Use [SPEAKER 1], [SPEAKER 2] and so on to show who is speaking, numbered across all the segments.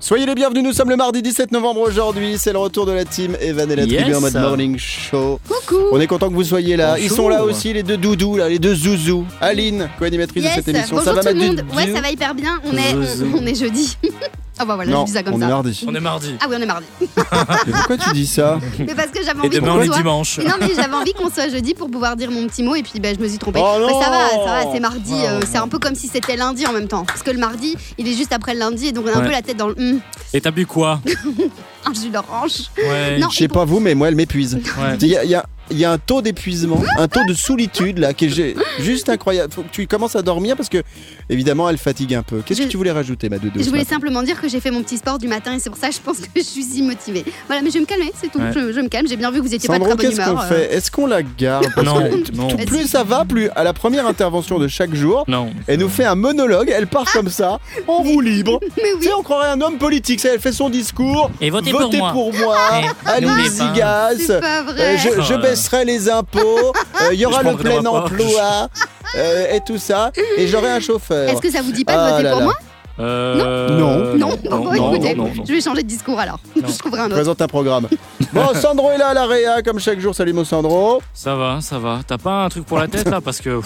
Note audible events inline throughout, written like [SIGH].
[SPEAKER 1] Soyez les bienvenus, nous sommes le mardi 17 novembre aujourd'hui, c'est le retour de la team Evan et la
[SPEAKER 2] Yes.
[SPEAKER 1] tribu en mode morning show. On est content que vous soyez là. Ils
[SPEAKER 2] Bonjour.
[SPEAKER 1] sont là aussi les deux doudous, là, les deux zouzous. Aline, co-animatrice
[SPEAKER 3] Yes,
[SPEAKER 1] de cette émission.
[SPEAKER 3] bonjour
[SPEAKER 1] ça va
[SPEAKER 3] tout le
[SPEAKER 1] Madu-
[SPEAKER 3] monde.
[SPEAKER 1] Dudu
[SPEAKER 3] Ouais, ça va hyper bien. On est,
[SPEAKER 2] Zouzou.
[SPEAKER 3] on, on est jeudi. [LAUGHS] Ah bah voilà,
[SPEAKER 1] Non,
[SPEAKER 3] je dis ça comme
[SPEAKER 1] on
[SPEAKER 3] ça.
[SPEAKER 1] est mardi.
[SPEAKER 2] On est mardi.
[SPEAKER 3] Ah oui, on est mardi.
[SPEAKER 1] Mais pourquoi tu
[SPEAKER 2] [LAUGHS]
[SPEAKER 1] dis ça
[SPEAKER 3] Mais parce que j'avais
[SPEAKER 2] Et
[SPEAKER 3] envie
[SPEAKER 2] demain, on
[SPEAKER 3] qu'on
[SPEAKER 2] est
[SPEAKER 3] soit.
[SPEAKER 2] dimanche.
[SPEAKER 3] Mais non, mais j'avais envie qu'on soit jeudi pour pouvoir dire mon petit mot et puis bah, je me suis trompée.
[SPEAKER 1] Oh
[SPEAKER 3] Bah, ça va,
[SPEAKER 1] non
[SPEAKER 3] ça va, c'est mardi.
[SPEAKER 2] Oh,
[SPEAKER 3] euh, c'est
[SPEAKER 2] non.
[SPEAKER 3] un peu comme si c'était lundi en même temps. Parce que le mardi, il est juste après le lundi et donc on a un
[SPEAKER 2] Ouais.
[SPEAKER 3] peu la tête dans le. hum, [LAUGHS]
[SPEAKER 2] Et t'as bu quoi
[SPEAKER 3] un jus d'orange.
[SPEAKER 2] Ouais.
[SPEAKER 3] Non.
[SPEAKER 1] Je sais pas vous, mais moi elle m'épuise.
[SPEAKER 2] Ouais.
[SPEAKER 1] Il y a, il y a- il y a un taux d'épuisement, un taux de solitude là, qui est ju- juste incroyable. Faut que tu commences à dormir parce que, évidemment, elle fatigue un peu. Qu'est-ce que
[SPEAKER 3] Je-
[SPEAKER 1] tu voulais rajouter, ma doudou
[SPEAKER 3] Je
[SPEAKER 1] ce
[SPEAKER 3] voulais
[SPEAKER 1] matin
[SPEAKER 3] simplement dire que j'ai fait mon petit sport du matin et c'est pour ça que je pense que je suis si motivée. Voilà, mais je vais me calmer, c'est tout.
[SPEAKER 2] Ouais.
[SPEAKER 3] Je, je me calme. J'ai bien vu que vous étiez
[SPEAKER 1] Sandro,
[SPEAKER 3] pas de très
[SPEAKER 1] qu'est-ce
[SPEAKER 3] bonne
[SPEAKER 1] qu'on
[SPEAKER 3] humeur. euh.
[SPEAKER 1] fait Est-ce qu'on la garde Parce
[SPEAKER 2] Non,
[SPEAKER 1] que
[SPEAKER 2] non.
[SPEAKER 1] tout- Plus ça va, plus à la première intervention de chaque jour,
[SPEAKER 2] Non.
[SPEAKER 1] elle nous fait un monologue, elle part comme ça, en roue libre.
[SPEAKER 3] [LAUGHS]
[SPEAKER 1] Tu
[SPEAKER 3] Mais Ah. oui,
[SPEAKER 1] sais, on croirait un homme politique, ça, elle fait son discours.
[SPEAKER 2] Et votez pour moi. Eh,
[SPEAKER 1] Allez,
[SPEAKER 2] n'oubliez pas.
[SPEAKER 1] Zigas,
[SPEAKER 3] c'est pas
[SPEAKER 1] euh,
[SPEAKER 3] vrai.
[SPEAKER 1] je, je
[SPEAKER 2] Oh là.
[SPEAKER 1] baisserai les impôts, euh, il y aura
[SPEAKER 2] Je
[SPEAKER 1] le
[SPEAKER 2] prendrai
[SPEAKER 1] plein
[SPEAKER 2] dans ma poche.
[SPEAKER 1] emploi, euh, et tout ça, et j'aurai un chauffeur.
[SPEAKER 3] Est-ce que ça vous dit pas de
[SPEAKER 1] Ah
[SPEAKER 3] voter
[SPEAKER 1] là
[SPEAKER 3] pour
[SPEAKER 1] là.
[SPEAKER 3] moi
[SPEAKER 2] Euh,
[SPEAKER 1] Non.
[SPEAKER 3] Non, bon, bah,
[SPEAKER 2] non,
[SPEAKER 3] écoutez,
[SPEAKER 2] non, non.
[SPEAKER 3] je vais changer de discours alors.
[SPEAKER 2] Non.
[SPEAKER 3] Je trouverai un autre.
[SPEAKER 1] Présente un
[SPEAKER 3] [LAUGHS]
[SPEAKER 1] programme. Bon, Sandro est là à la réa, comme chaque jour. Salut, mon Sandro.
[SPEAKER 2] Ça va, ça va. T'as pas un truc pour la tête là Parce que. Ouh,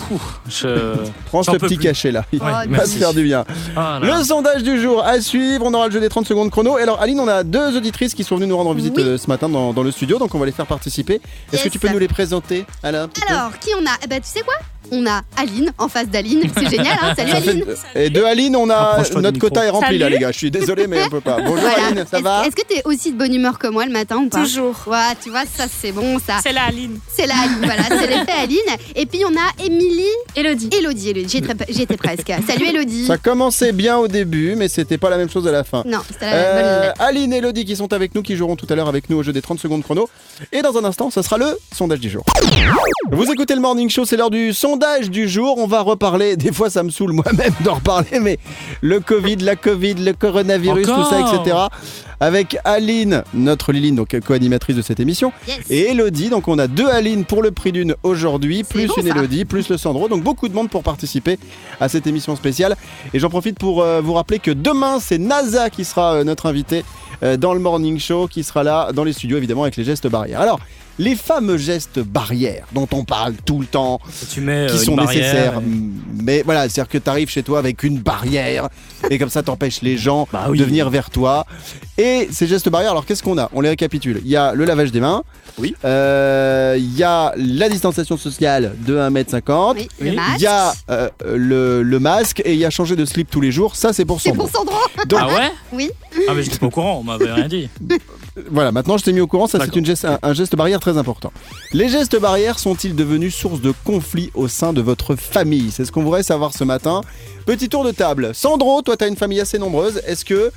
[SPEAKER 2] je...
[SPEAKER 1] Prends ce
[SPEAKER 2] J'en peux
[SPEAKER 1] petit
[SPEAKER 2] plus.
[SPEAKER 1] cachet là. Il
[SPEAKER 2] Ouais,
[SPEAKER 1] va
[SPEAKER 2] merci.
[SPEAKER 1] te faire du bien.
[SPEAKER 2] Ah, là.
[SPEAKER 1] Le sondage du jour à suivre. On aura le jeu des 30 secondes chrono. Et alors, Aline, on a deux auditrices qui sont venues nous rendre visite
[SPEAKER 3] Oui.
[SPEAKER 1] euh, ce matin dans, dans le studio. Donc, on va les faire participer. Est-ce que
[SPEAKER 3] Yes.
[SPEAKER 1] tu peux nous les présenter, Alain un petit peu
[SPEAKER 3] Alors, qui on a Eh ben, tu sais quoi On a Aline en face d'Aline. C'est génial, hein
[SPEAKER 1] [LAUGHS]
[SPEAKER 3] Salut
[SPEAKER 1] Ça fait-
[SPEAKER 3] Aline
[SPEAKER 1] Et de Aline, on a
[SPEAKER 2] Approche-toi du
[SPEAKER 1] notre
[SPEAKER 2] micro.
[SPEAKER 1] quota est rempli
[SPEAKER 4] Salut.
[SPEAKER 1] là, les gars. Je suis désolé, mais on peut pas. Bonjour
[SPEAKER 3] Voilà.
[SPEAKER 1] Aline, ça
[SPEAKER 3] Est-ce-
[SPEAKER 1] va
[SPEAKER 3] Est-ce que t'es aussi de bonne humeur que moi le matin ou pas
[SPEAKER 4] Toujours.
[SPEAKER 3] Ouais, tu vois, ça c'est bon, ça.
[SPEAKER 4] C'est la Aline.
[SPEAKER 3] C'est la Aline, voilà, c'est l'effet Aline. Et puis on a Émilie,
[SPEAKER 4] Elodie.
[SPEAKER 3] Elodie, Elodie, j'y étais pre- j'y étais presque. Salut Elodie.
[SPEAKER 1] Ça commençait bien au début, mais c'était pas la même chose à la fin.
[SPEAKER 3] Non, c'était la bonne
[SPEAKER 1] Euh,
[SPEAKER 3] lettre.
[SPEAKER 1] Aline et Elodie qui sont avec nous, qui joueront tout à l'heure avec nous au jeu des 30 secondes chrono. Et dans un instant, ça sera le sondage du jour. Vous écoutez le Morning Show, c'est l'heure du sondage du jour. On va reparler, des fois ça me saoule moi-même d'en reparler, mais le Covid, la Covid, le coronavirus, tout ça,
[SPEAKER 2] Encore
[SPEAKER 1] etc. Avec Aline, notre Liline, donc co-animatrice de cette émission,
[SPEAKER 3] Yes.
[SPEAKER 1] et Elodie. Donc on a deux Aline pour le prix d'une aujourd'hui,
[SPEAKER 3] C'est
[SPEAKER 1] plus
[SPEAKER 3] bon,
[SPEAKER 1] une
[SPEAKER 3] ça.
[SPEAKER 1] Elodie, plus le Sandro. Donc beaucoup de monde pour participer à cette émission spéciale. Et j'en profite pour euh, vous rappeler que demain c'est NASA qui sera euh, notre invité euh, dans le morning show, qui sera là dans les studios évidemment avec les gestes barrières. Alors les fameux gestes barrières dont on parle tout le temps,
[SPEAKER 2] Tu mets.
[SPEAKER 1] qui
[SPEAKER 2] euh,
[SPEAKER 1] sont
[SPEAKER 2] une barrière,
[SPEAKER 1] nécessaires.
[SPEAKER 2] et-
[SPEAKER 1] Mais voilà, c'est-à-dire que tu arrives chez toi avec une barrière et comme ça t'empêches les gens
[SPEAKER 2] Bah oui.
[SPEAKER 1] de venir vers toi. Et ces gestes barrières, alors qu'est-ce qu'on a On les récapitule. Il y a le lavage des mains.
[SPEAKER 2] Oui.
[SPEAKER 1] Euh, Il y a la distanciation sociale de 1m50.
[SPEAKER 3] Oui,
[SPEAKER 2] Oui.
[SPEAKER 3] le match.
[SPEAKER 1] Il y a euh, le, le masque et il y a changer de slip tous les jours. Ça, c'est pour
[SPEAKER 3] C'est
[SPEAKER 1] son.
[SPEAKER 3] pour Sandro
[SPEAKER 1] Donc-
[SPEAKER 2] Ah ouais
[SPEAKER 3] Oui.
[SPEAKER 2] Ah, mais j'étais pas au courant, on m'avait rien dit.
[SPEAKER 1] Voilà, maintenant je t'ai mis au courant. Ça, c'est
[SPEAKER 2] D'accord.
[SPEAKER 1] une geste- un, un geste barrière très important. Les gestes barrières sont-ils devenus source de conflits au sein de votre famille C'est ce qu'on voudrait savoir ce matin. Petit tour de table. Sandro, toi, t'as une famille assez nombreuse. Est-ce que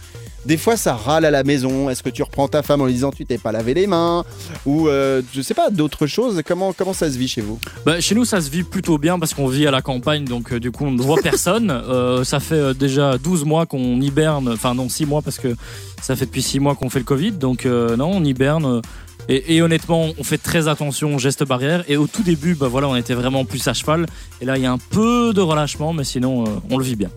[SPEAKER 1] des fois ça râle à la maison Est-ce que tu reprends ta femme en lui disant tu t'es pas lavé les mains Ou euh, je sais pas, d'autres choses comment, comment ça se vit chez vous
[SPEAKER 2] Bah, chez nous, ça se vit plutôt bien parce qu'on vit à la campagne, donc euh, du coup, on ne voit
[SPEAKER 1] [LAUGHS]
[SPEAKER 2] personne. Euh, ça fait euh, déjà 12 mois qu'on hiberne, enfin non, 6 mois parce que ça fait depuis 6 mois qu'on fait le Covid, donc euh, non, on hiberne. euh, Et, et honnêtement, on fait très attention aux gestes barrières. Et au tout début, bah voilà, on était vraiment plus à cheval. Et là, il y a un peu de relâchement, mais sinon, euh, on le vit [LAUGHS] bien.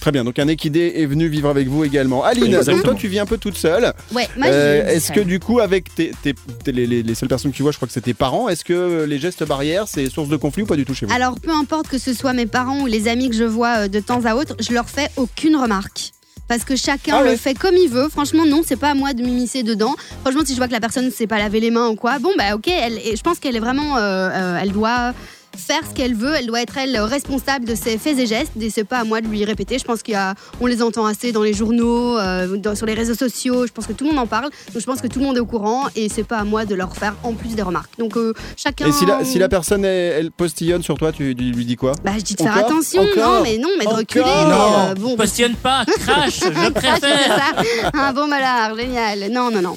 [SPEAKER 1] Très bien, donc un équidé est venu vivre avec vous également. Aline, donc
[SPEAKER 2] Exactement.
[SPEAKER 1] toi tu vis un peu toute seule.
[SPEAKER 3] Ouais, moi
[SPEAKER 1] Euh,
[SPEAKER 3] j'ai-
[SPEAKER 1] est-ce que du coup, avec tes, tes- tes- les, les- les seules personnes que tu vois, je crois que c'est tes parents, est-ce que euh, les gestes barrières, c'est source de conflit ou pas du tout chez vous
[SPEAKER 3] Alors, peu importe que ce soit mes parents ou les amis que je vois euh, de temps à autre, je leur fais aucune remarque. Parce que chacun
[SPEAKER 1] Ah ouais.
[SPEAKER 3] le fait comme il veut. Franchement, non, c'est pas à moi de m'immiscer dedans. Franchement, si je vois que la personne ne s'est pas lavé les mains ou quoi, bon, bah ok, elle, et je pense qu'elle est vraiment. euh, euh, elle doit faire ce qu'elle veut, elle doit être elle responsable de ses faits et gestes, et c'est pas à moi de lui répéter. Je pense qu'il y a- on les entend assez dans les journaux, euh, dans- sur les réseaux sociaux, je pense que tout le monde en parle, donc je pense que tout le monde est au courant, et c'est pas à moi de leur faire en plus des remarques. Donc euh, chacun.
[SPEAKER 1] Et si la, si la personne, elle, elle postillonne sur toi, tu, tu lui dis quoi
[SPEAKER 3] Bah, je dis de
[SPEAKER 1] Encore
[SPEAKER 3] faire attention,
[SPEAKER 1] Encore
[SPEAKER 3] non, mais non, mais de
[SPEAKER 1] Encore
[SPEAKER 3] reculer.
[SPEAKER 1] Non.
[SPEAKER 3] mais, euh, bon, bah,
[SPEAKER 2] Passionne pas, crash, je [LAUGHS]
[SPEAKER 3] c'est
[SPEAKER 2] préfère.
[SPEAKER 3] [LAUGHS] ça. Un bon malard, génial. Non, non, non.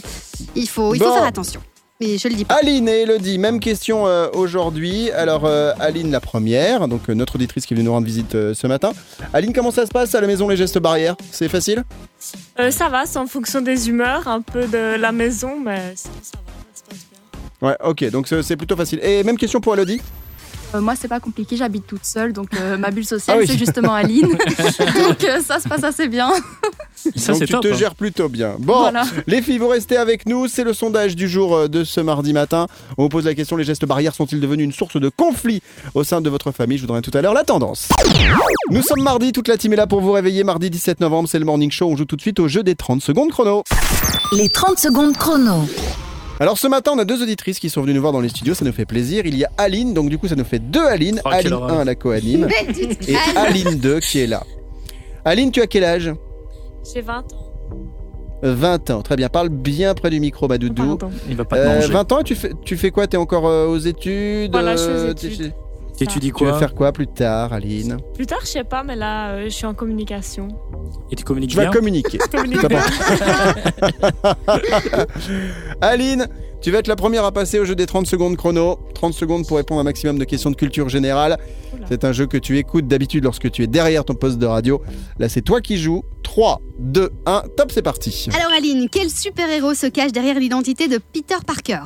[SPEAKER 3] Il faut, il
[SPEAKER 1] Bon.
[SPEAKER 3] faut faire attention. mais je le dis pas.
[SPEAKER 1] Aline et Elodie, même question euh, aujourd'hui. Alors, euh, Aline, la première, donc euh, notre auditrice qui est venue nous rendre visite euh, ce matin. Aline, comment ça se passe à la maison, les gestes barrières C'est facile
[SPEAKER 4] Euh, ça va, c'est en fonction des humeurs, un peu de la maison, mais sinon, ça va, ça se passe bien.
[SPEAKER 1] Ouais, ok, donc c'est c'est plutôt facile. Et même question pour Elodie
[SPEAKER 5] Euh, moi, c'est pas compliqué, j'habite toute seule, donc euh, ma bulle sociale,
[SPEAKER 1] Ah oui.
[SPEAKER 5] c'est justement
[SPEAKER 1] [LAUGHS]
[SPEAKER 5] Aline. donc euh, ça se passe assez bien.
[SPEAKER 2] Ça,
[SPEAKER 1] Donc
[SPEAKER 2] c'est
[SPEAKER 1] tu
[SPEAKER 2] top.
[SPEAKER 1] te
[SPEAKER 2] hein.
[SPEAKER 1] gères plutôt bien. Bon,
[SPEAKER 5] Voilà.
[SPEAKER 1] les filles, vous restez avec nous. C'est le sondage du jour euh, de ce mardi matin. On vous pose la question les gestes barrières sont-ils devenus une source de conflit au sein de votre famille Je vous donnerai tout à l'heure la tendance. Nous sommes mardi, toute la team est là pour vous réveiller. Mardi 17 novembre, c'est le morning show. On joue tout de suite au jeu des 30 secondes chrono.
[SPEAKER 6] Les 30 secondes chrono.
[SPEAKER 1] Alors ce matin, on a deux auditrices qui sont venues nous voir dans les studios. Ça nous fait plaisir. Il y a Aline, donc du coup, ça nous fait deux Aline.
[SPEAKER 2] Oh, quelle
[SPEAKER 1] Aline
[SPEAKER 2] horreur.
[SPEAKER 1] 1, la co-anime,
[SPEAKER 3] Mais tu
[SPEAKER 1] [LAUGHS]
[SPEAKER 3] te
[SPEAKER 1] et
[SPEAKER 3] calmes.
[SPEAKER 1] Aline 2 qui est là. Aline, tu as quel âge
[SPEAKER 4] J'ai 20 ans.
[SPEAKER 1] 20 ans. Très bien. Parle bien près du micro, Badoudou.
[SPEAKER 4] Pardon.
[SPEAKER 2] Il va pas te
[SPEAKER 1] Euh,
[SPEAKER 2] manger.
[SPEAKER 1] 20 ans, et tu fais, tu fais quoi T'es encore euh, aux études
[SPEAKER 4] Voilà, je suis aux
[SPEAKER 1] euh, t'es-
[SPEAKER 4] études.
[SPEAKER 2] Et tu dis
[SPEAKER 1] Ah. Tu vas
[SPEAKER 2] quoi
[SPEAKER 1] faire quoi plus tard, Aline
[SPEAKER 4] Plus tard, je sais pas, mais là, euh, je suis en communication.
[SPEAKER 2] Et tu communiques
[SPEAKER 1] Tu vas
[SPEAKER 2] bien [LAUGHS]
[SPEAKER 1] communiquer.
[SPEAKER 4] Communique
[SPEAKER 1] Ça
[SPEAKER 4] bien.
[SPEAKER 1] [LAUGHS] Aline, tu vas être la première à passer au jeu des 30 secondes chrono. 30 secondes pour répondre à un maximum de questions de culture générale.
[SPEAKER 4] Oula.
[SPEAKER 1] C'est un jeu que tu écoutes d'habitude lorsque tu es derrière ton poste de radio. Là, c'est toi qui joues. 3, 2, 1, top, c'est parti.
[SPEAKER 3] Alors Aline, quel super-héros se cache derrière l'identité de Peter Parker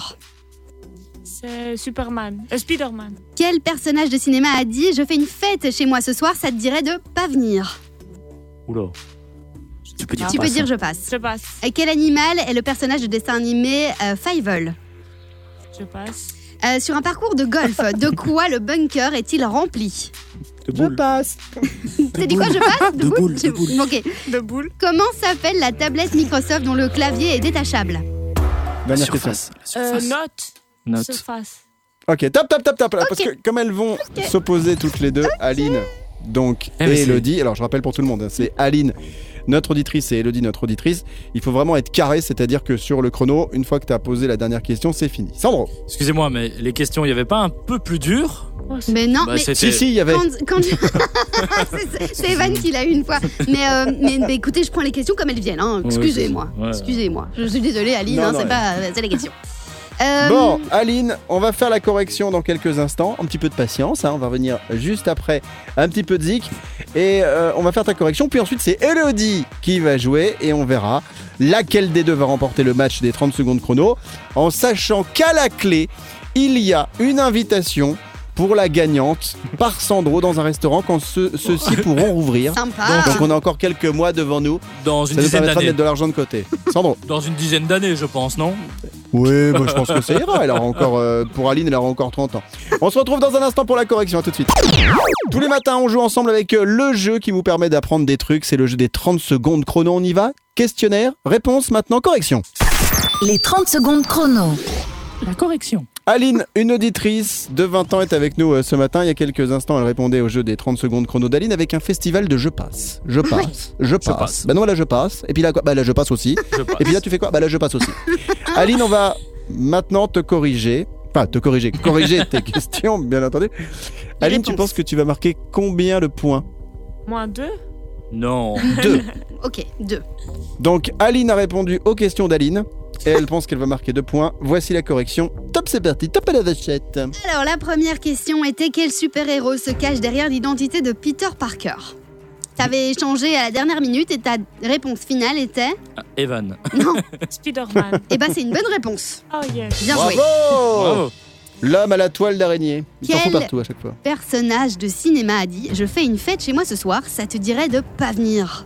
[SPEAKER 4] C'est Superman. Euh, Spiderman.
[SPEAKER 3] Quel personnage de cinéma a dit Je fais une fête chez moi ce soir, ça te dirait de pas venir
[SPEAKER 2] Oula. Tu peux dire
[SPEAKER 3] Tu
[SPEAKER 2] Ah, pas
[SPEAKER 3] peux
[SPEAKER 2] ça.
[SPEAKER 3] dire je passe.
[SPEAKER 4] Je passe.
[SPEAKER 3] Euh, Quel animal est le personnage de dessin animé euh, Fievel
[SPEAKER 4] Je passe.
[SPEAKER 3] Euh, Sur un parcours de golf, de quoi le bunker est-il rempli
[SPEAKER 2] De boule.
[SPEAKER 1] passe.
[SPEAKER 3] C'est dit quoi je passe
[SPEAKER 2] De boule, de boule.
[SPEAKER 3] Ok.
[SPEAKER 4] De boule.
[SPEAKER 3] Comment s'appelle la tablette Microsoft dont le clavier est détachable
[SPEAKER 2] La
[SPEAKER 1] Dernière question.
[SPEAKER 2] surface. La
[SPEAKER 4] Euh,
[SPEAKER 2] surface.
[SPEAKER 4] note.
[SPEAKER 2] Note.
[SPEAKER 4] Surface.
[SPEAKER 1] Ok, top, top, top, top. là, Parce
[SPEAKER 3] Ok.
[SPEAKER 1] que comme elles vont s'opposer toutes les deux, Aline donc
[SPEAKER 2] Eh
[SPEAKER 1] et
[SPEAKER 2] ben, c'est-
[SPEAKER 1] Elodie, alors je rappelle pour tout le monde, hein, c'est Aline notre auditrice et Elodie notre auditrice, il faut vraiment être carré, c'est-à-dire que sur le chrono, une fois que tu as posé la dernière question, c'est fini. Sandro
[SPEAKER 2] Excusez-moi, mais les questions, il y avait pas un peu plus dur
[SPEAKER 4] Oh, c'est-
[SPEAKER 3] Mais
[SPEAKER 2] Bah,
[SPEAKER 3] non, Ah, mais
[SPEAKER 2] c'était-
[SPEAKER 1] Si, si, il y avait...
[SPEAKER 3] Quand, quand- [LAUGHS] C'est- c'est Evan qui l'a eu une fois. Mais, euh, mais, mais écoutez, je prends les questions comme elles viennent. hein.
[SPEAKER 2] Ouais,
[SPEAKER 3] Excusez-moi.
[SPEAKER 2] c'est- ouais.
[SPEAKER 3] Excusez-moi. Je suis désolée, Aline,
[SPEAKER 1] Non,
[SPEAKER 3] hein,
[SPEAKER 1] non,
[SPEAKER 3] c'est
[SPEAKER 1] ouais.
[SPEAKER 3] pas c'est les questions. Euh,
[SPEAKER 1] Bon, Aline, on va faire la correction dans quelques instants. Un petit peu de patience, hein, on va revenir juste après. Un petit peu de zik. Et euh, on va faire ta correction. Puis ensuite, c'est Elodie qui va jouer. Et on verra laquelle des deux va remporter le match des 30 secondes chrono. En sachant qu'à la clé, il y a une invitation pour la gagnante par Sandro dans un restaurant quand ce- ceux-ci pourront rouvrir.
[SPEAKER 3] Sympa.
[SPEAKER 1] Donc on a encore quelques mois devant nous.
[SPEAKER 2] Dans une
[SPEAKER 1] Ça nous
[SPEAKER 2] dizaine
[SPEAKER 1] permettra de
[SPEAKER 2] d'années.
[SPEAKER 1] mettre de l'argent de côté. Sandro
[SPEAKER 2] Dans une dizaine d'années, je pense, non
[SPEAKER 1] oui, moi je pense que ça ira. Elle aura encore, euh, pour Aline, elle aura encore 30 ans. On se retrouve dans un instant pour la correction. À tout de suite. Tous les matins, on joue ensemble avec euh, le jeu qui vous permet d'apprendre des trucs. C'est le jeu des 30 secondes chrono. On y va Questionnaire, réponse, maintenant correction.
[SPEAKER 6] Les 30 secondes chrono.
[SPEAKER 2] La correction.
[SPEAKER 1] Aline, une auditrice de 20 ans, est avec nous euh, ce matin. Il y a quelques instants, elle répondait au jeu des 30 secondes chrono d'Aline avec un festival de je passe. Je passe. Je passe.
[SPEAKER 2] passe.
[SPEAKER 1] Bah non, là je passe. Et puis là, quoi bah, là je passe aussi.
[SPEAKER 2] Je passe.
[SPEAKER 1] Et puis là, tu fais quoi Bah là, je passe
[SPEAKER 3] [LAUGHS]
[SPEAKER 1] aussi. Aline, on va maintenant te corriger. Enfin, te corriger. Corriger
[SPEAKER 3] [LAUGHS]
[SPEAKER 1] tes questions, bien entendu. Aline, tu penses que tu vas marquer combien de points
[SPEAKER 4] Moins 2.
[SPEAKER 2] Non.
[SPEAKER 3] [LAUGHS]
[SPEAKER 1] Deux.
[SPEAKER 3] Ok, deux.
[SPEAKER 1] Donc, Aline a répondu aux questions d'Aline. Et elle pense qu'elle va marquer deux points. Voici la correction. Top, c'est parti. Top à la vachette.
[SPEAKER 3] Alors la première question était quel super-héros se cache derrière l'identité de Peter Parker T'avais changé à la dernière minute et ta réponse finale était
[SPEAKER 2] Evan. [LAUGHS]
[SPEAKER 4] Spiderman.
[SPEAKER 3] Eh ben c'est une bonne réponse.
[SPEAKER 4] oh yes.
[SPEAKER 3] Bien joué.
[SPEAKER 1] Bravo Oh.
[SPEAKER 2] Bravo.
[SPEAKER 1] L'homme à la toile d'araignée. Il s'en
[SPEAKER 3] Quel-
[SPEAKER 1] fout partout à chaque fois.
[SPEAKER 3] Personnage de cinéma a dit Je fais une fête chez moi ce soir, ça te dirait de pas venir.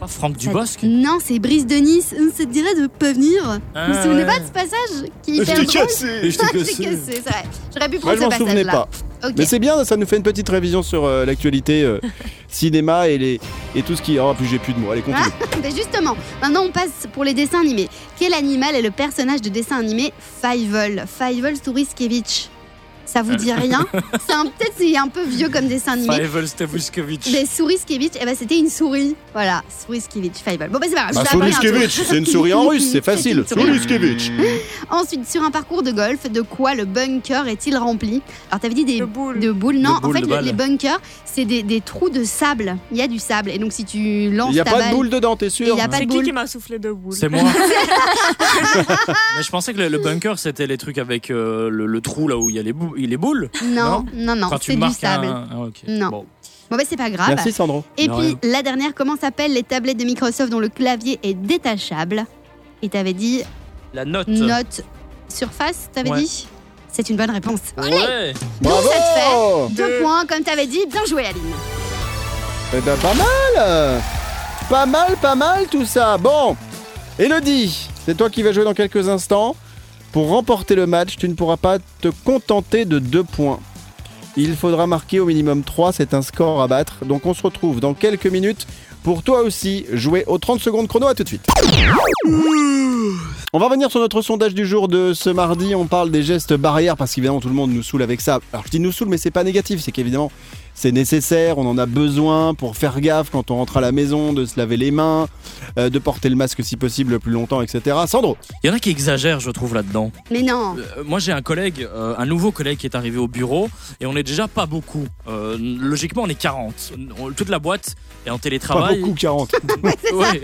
[SPEAKER 2] Pas Franck Dubosc
[SPEAKER 3] Non, c'est Brice de Nice. On se dirait de pas venir. vous vous
[SPEAKER 2] Ah,
[SPEAKER 1] Euh.
[SPEAKER 3] souvenez
[SPEAKER 2] ouais.
[SPEAKER 3] pas de ce passage qui est hyper drôle
[SPEAKER 1] cassé
[SPEAKER 3] Ah, je t'ai cassé, c'est vrai. J'aurais pu
[SPEAKER 1] Moi,
[SPEAKER 3] prendre
[SPEAKER 1] je m'en
[SPEAKER 3] ce
[SPEAKER 1] souvenais
[SPEAKER 3] passage-là.
[SPEAKER 1] pas.
[SPEAKER 3] Ok. [LAUGHS]
[SPEAKER 1] Mais c'est bien, ça nous fait une petite révision sur euh, l'actualité euh, cinéma et, les, et tout ce qui. Oh, puis j'ai plus de mots. Allez, continue.
[SPEAKER 3] Mais justement, maintenant on passe pour les dessins animés. Quel animal est le personnage de dessin animé Fievel Fievel Souriskevich ça vous
[SPEAKER 1] Euh. [LAUGHS]
[SPEAKER 3] dit rien C'est un- peut-être c'est un peu vieux comme dessin animé.
[SPEAKER 2] Pavel Stavuskovitch.
[SPEAKER 3] Des souris Skevitch, eh ben, c'était une souris. Voilà, souris Skevitch, Fable. Bon, bah, c'est pas grave.
[SPEAKER 1] Bah,
[SPEAKER 3] je vous apprends un truc.
[SPEAKER 1] Souliskevitch, c'est une souris en russe, c'est facile.
[SPEAKER 3] [LAUGHS] C'est une souris.
[SPEAKER 1] Souliskevitch.
[SPEAKER 3] Ensuite, sur un parcours de golf, de quoi le bunker est-il rempli Alors, t'avais dit des
[SPEAKER 4] De boule.
[SPEAKER 3] de boules. Non,
[SPEAKER 2] De boules,
[SPEAKER 3] en fait,
[SPEAKER 2] de
[SPEAKER 3] les,
[SPEAKER 2] balles.
[SPEAKER 3] les bunkers, c'est des, des trous de sable. Il y a du sable. Et donc, si tu lances
[SPEAKER 1] Il n'y a
[SPEAKER 3] ta
[SPEAKER 1] pas
[SPEAKER 3] balle.
[SPEAKER 1] de boule dedans, t'es
[SPEAKER 3] Il
[SPEAKER 1] sûr
[SPEAKER 3] y a pas de
[SPEAKER 4] C'est qui
[SPEAKER 3] boule.
[SPEAKER 4] qui m'a soufflé de boule
[SPEAKER 2] C'est
[SPEAKER 3] [LAUGHS]
[SPEAKER 2] moi. Mais je pensais que le, le bunker c'était les trucs avec euh, le, le trou là où il y a les, bou- les boules.
[SPEAKER 3] Non, non, non,
[SPEAKER 2] Quand
[SPEAKER 3] c'est
[SPEAKER 2] tu
[SPEAKER 3] du
[SPEAKER 2] marques
[SPEAKER 3] sable.
[SPEAKER 2] un- ah, ok.
[SPEAKER 3] Non.
[SPEAKER 2] Bon.
[SPEAKER 3] Bon, bah, c'est pas grave.
[SPEAKER 1] Merci Sandro.
[SPEAKER 3] Et
[SPEAKER 2] De
[SPEAKER 3] puis,
[SPEAKER 2] rien.
[SPEAKER 3] la dernière, comment s'appellent les tablettes de Microsoft dont le clavier est détachable Et t'avais dit
[SPEAKER 2] La note.
[SPEAKER 3] note surface, t'avais
[SPEAKER 2] Ouais. Ah
[SPEAKER 3] dit C'est une bonne réponse.
[SPEAKER 2] Ouais.
[SPEAKER 3] Donc, ça te fait
[SPEAKER 1] Bravo
[SPEAKER 3] deux points, comme t'avais dit. Bien joué, Aline.
[SPEAKER 1] Eh ben, pas mal Pas mal, pas mal tout ça. Bon, Elodie, c'est toi qui vas jouer dans quelques instants. Pour remporter le match, tu ne pourras pas te contenter de deux points. Il faudra marquer au minimum 3, c'est un score à battre. Donc on se retrouve dans quelques minutes pour toi aussi jouer aux 30 secondes chrono. À tout de suite. On va revenir sur notre sondage du jour de ce mardi. On parle des gestes barrières parce qu'évidemment tout le monde nous saoule avec ça. Alors je dis nous saoule, mais c'est pas négatif, c'est qu'évidemment c'est nécessaire, on en a besoin pour faire gaffe quand on rentre à la maison, de se laver les mains, euh, de porter le masque si possible le plus longtemps, etc. Sandro,
[SPEAKER 2] Il y en a qui exagèrent, je trouve, là-dedans.
[SPEAKER 3] Mais non.
[SPEAKER 2] Euh, Moi, j'ai un collègue, euh, un nouveau collègue qui est arrivé au bureau et on est déjà pas beaucoup. Euh, logiquement, on est 40. On- toute la boîte est en
[SPEAKER 1] pas
[SPEAKER 2] télétravail.
[SPEAKER 1] beaucoup 40.
[SPEAKER 2] Ouais.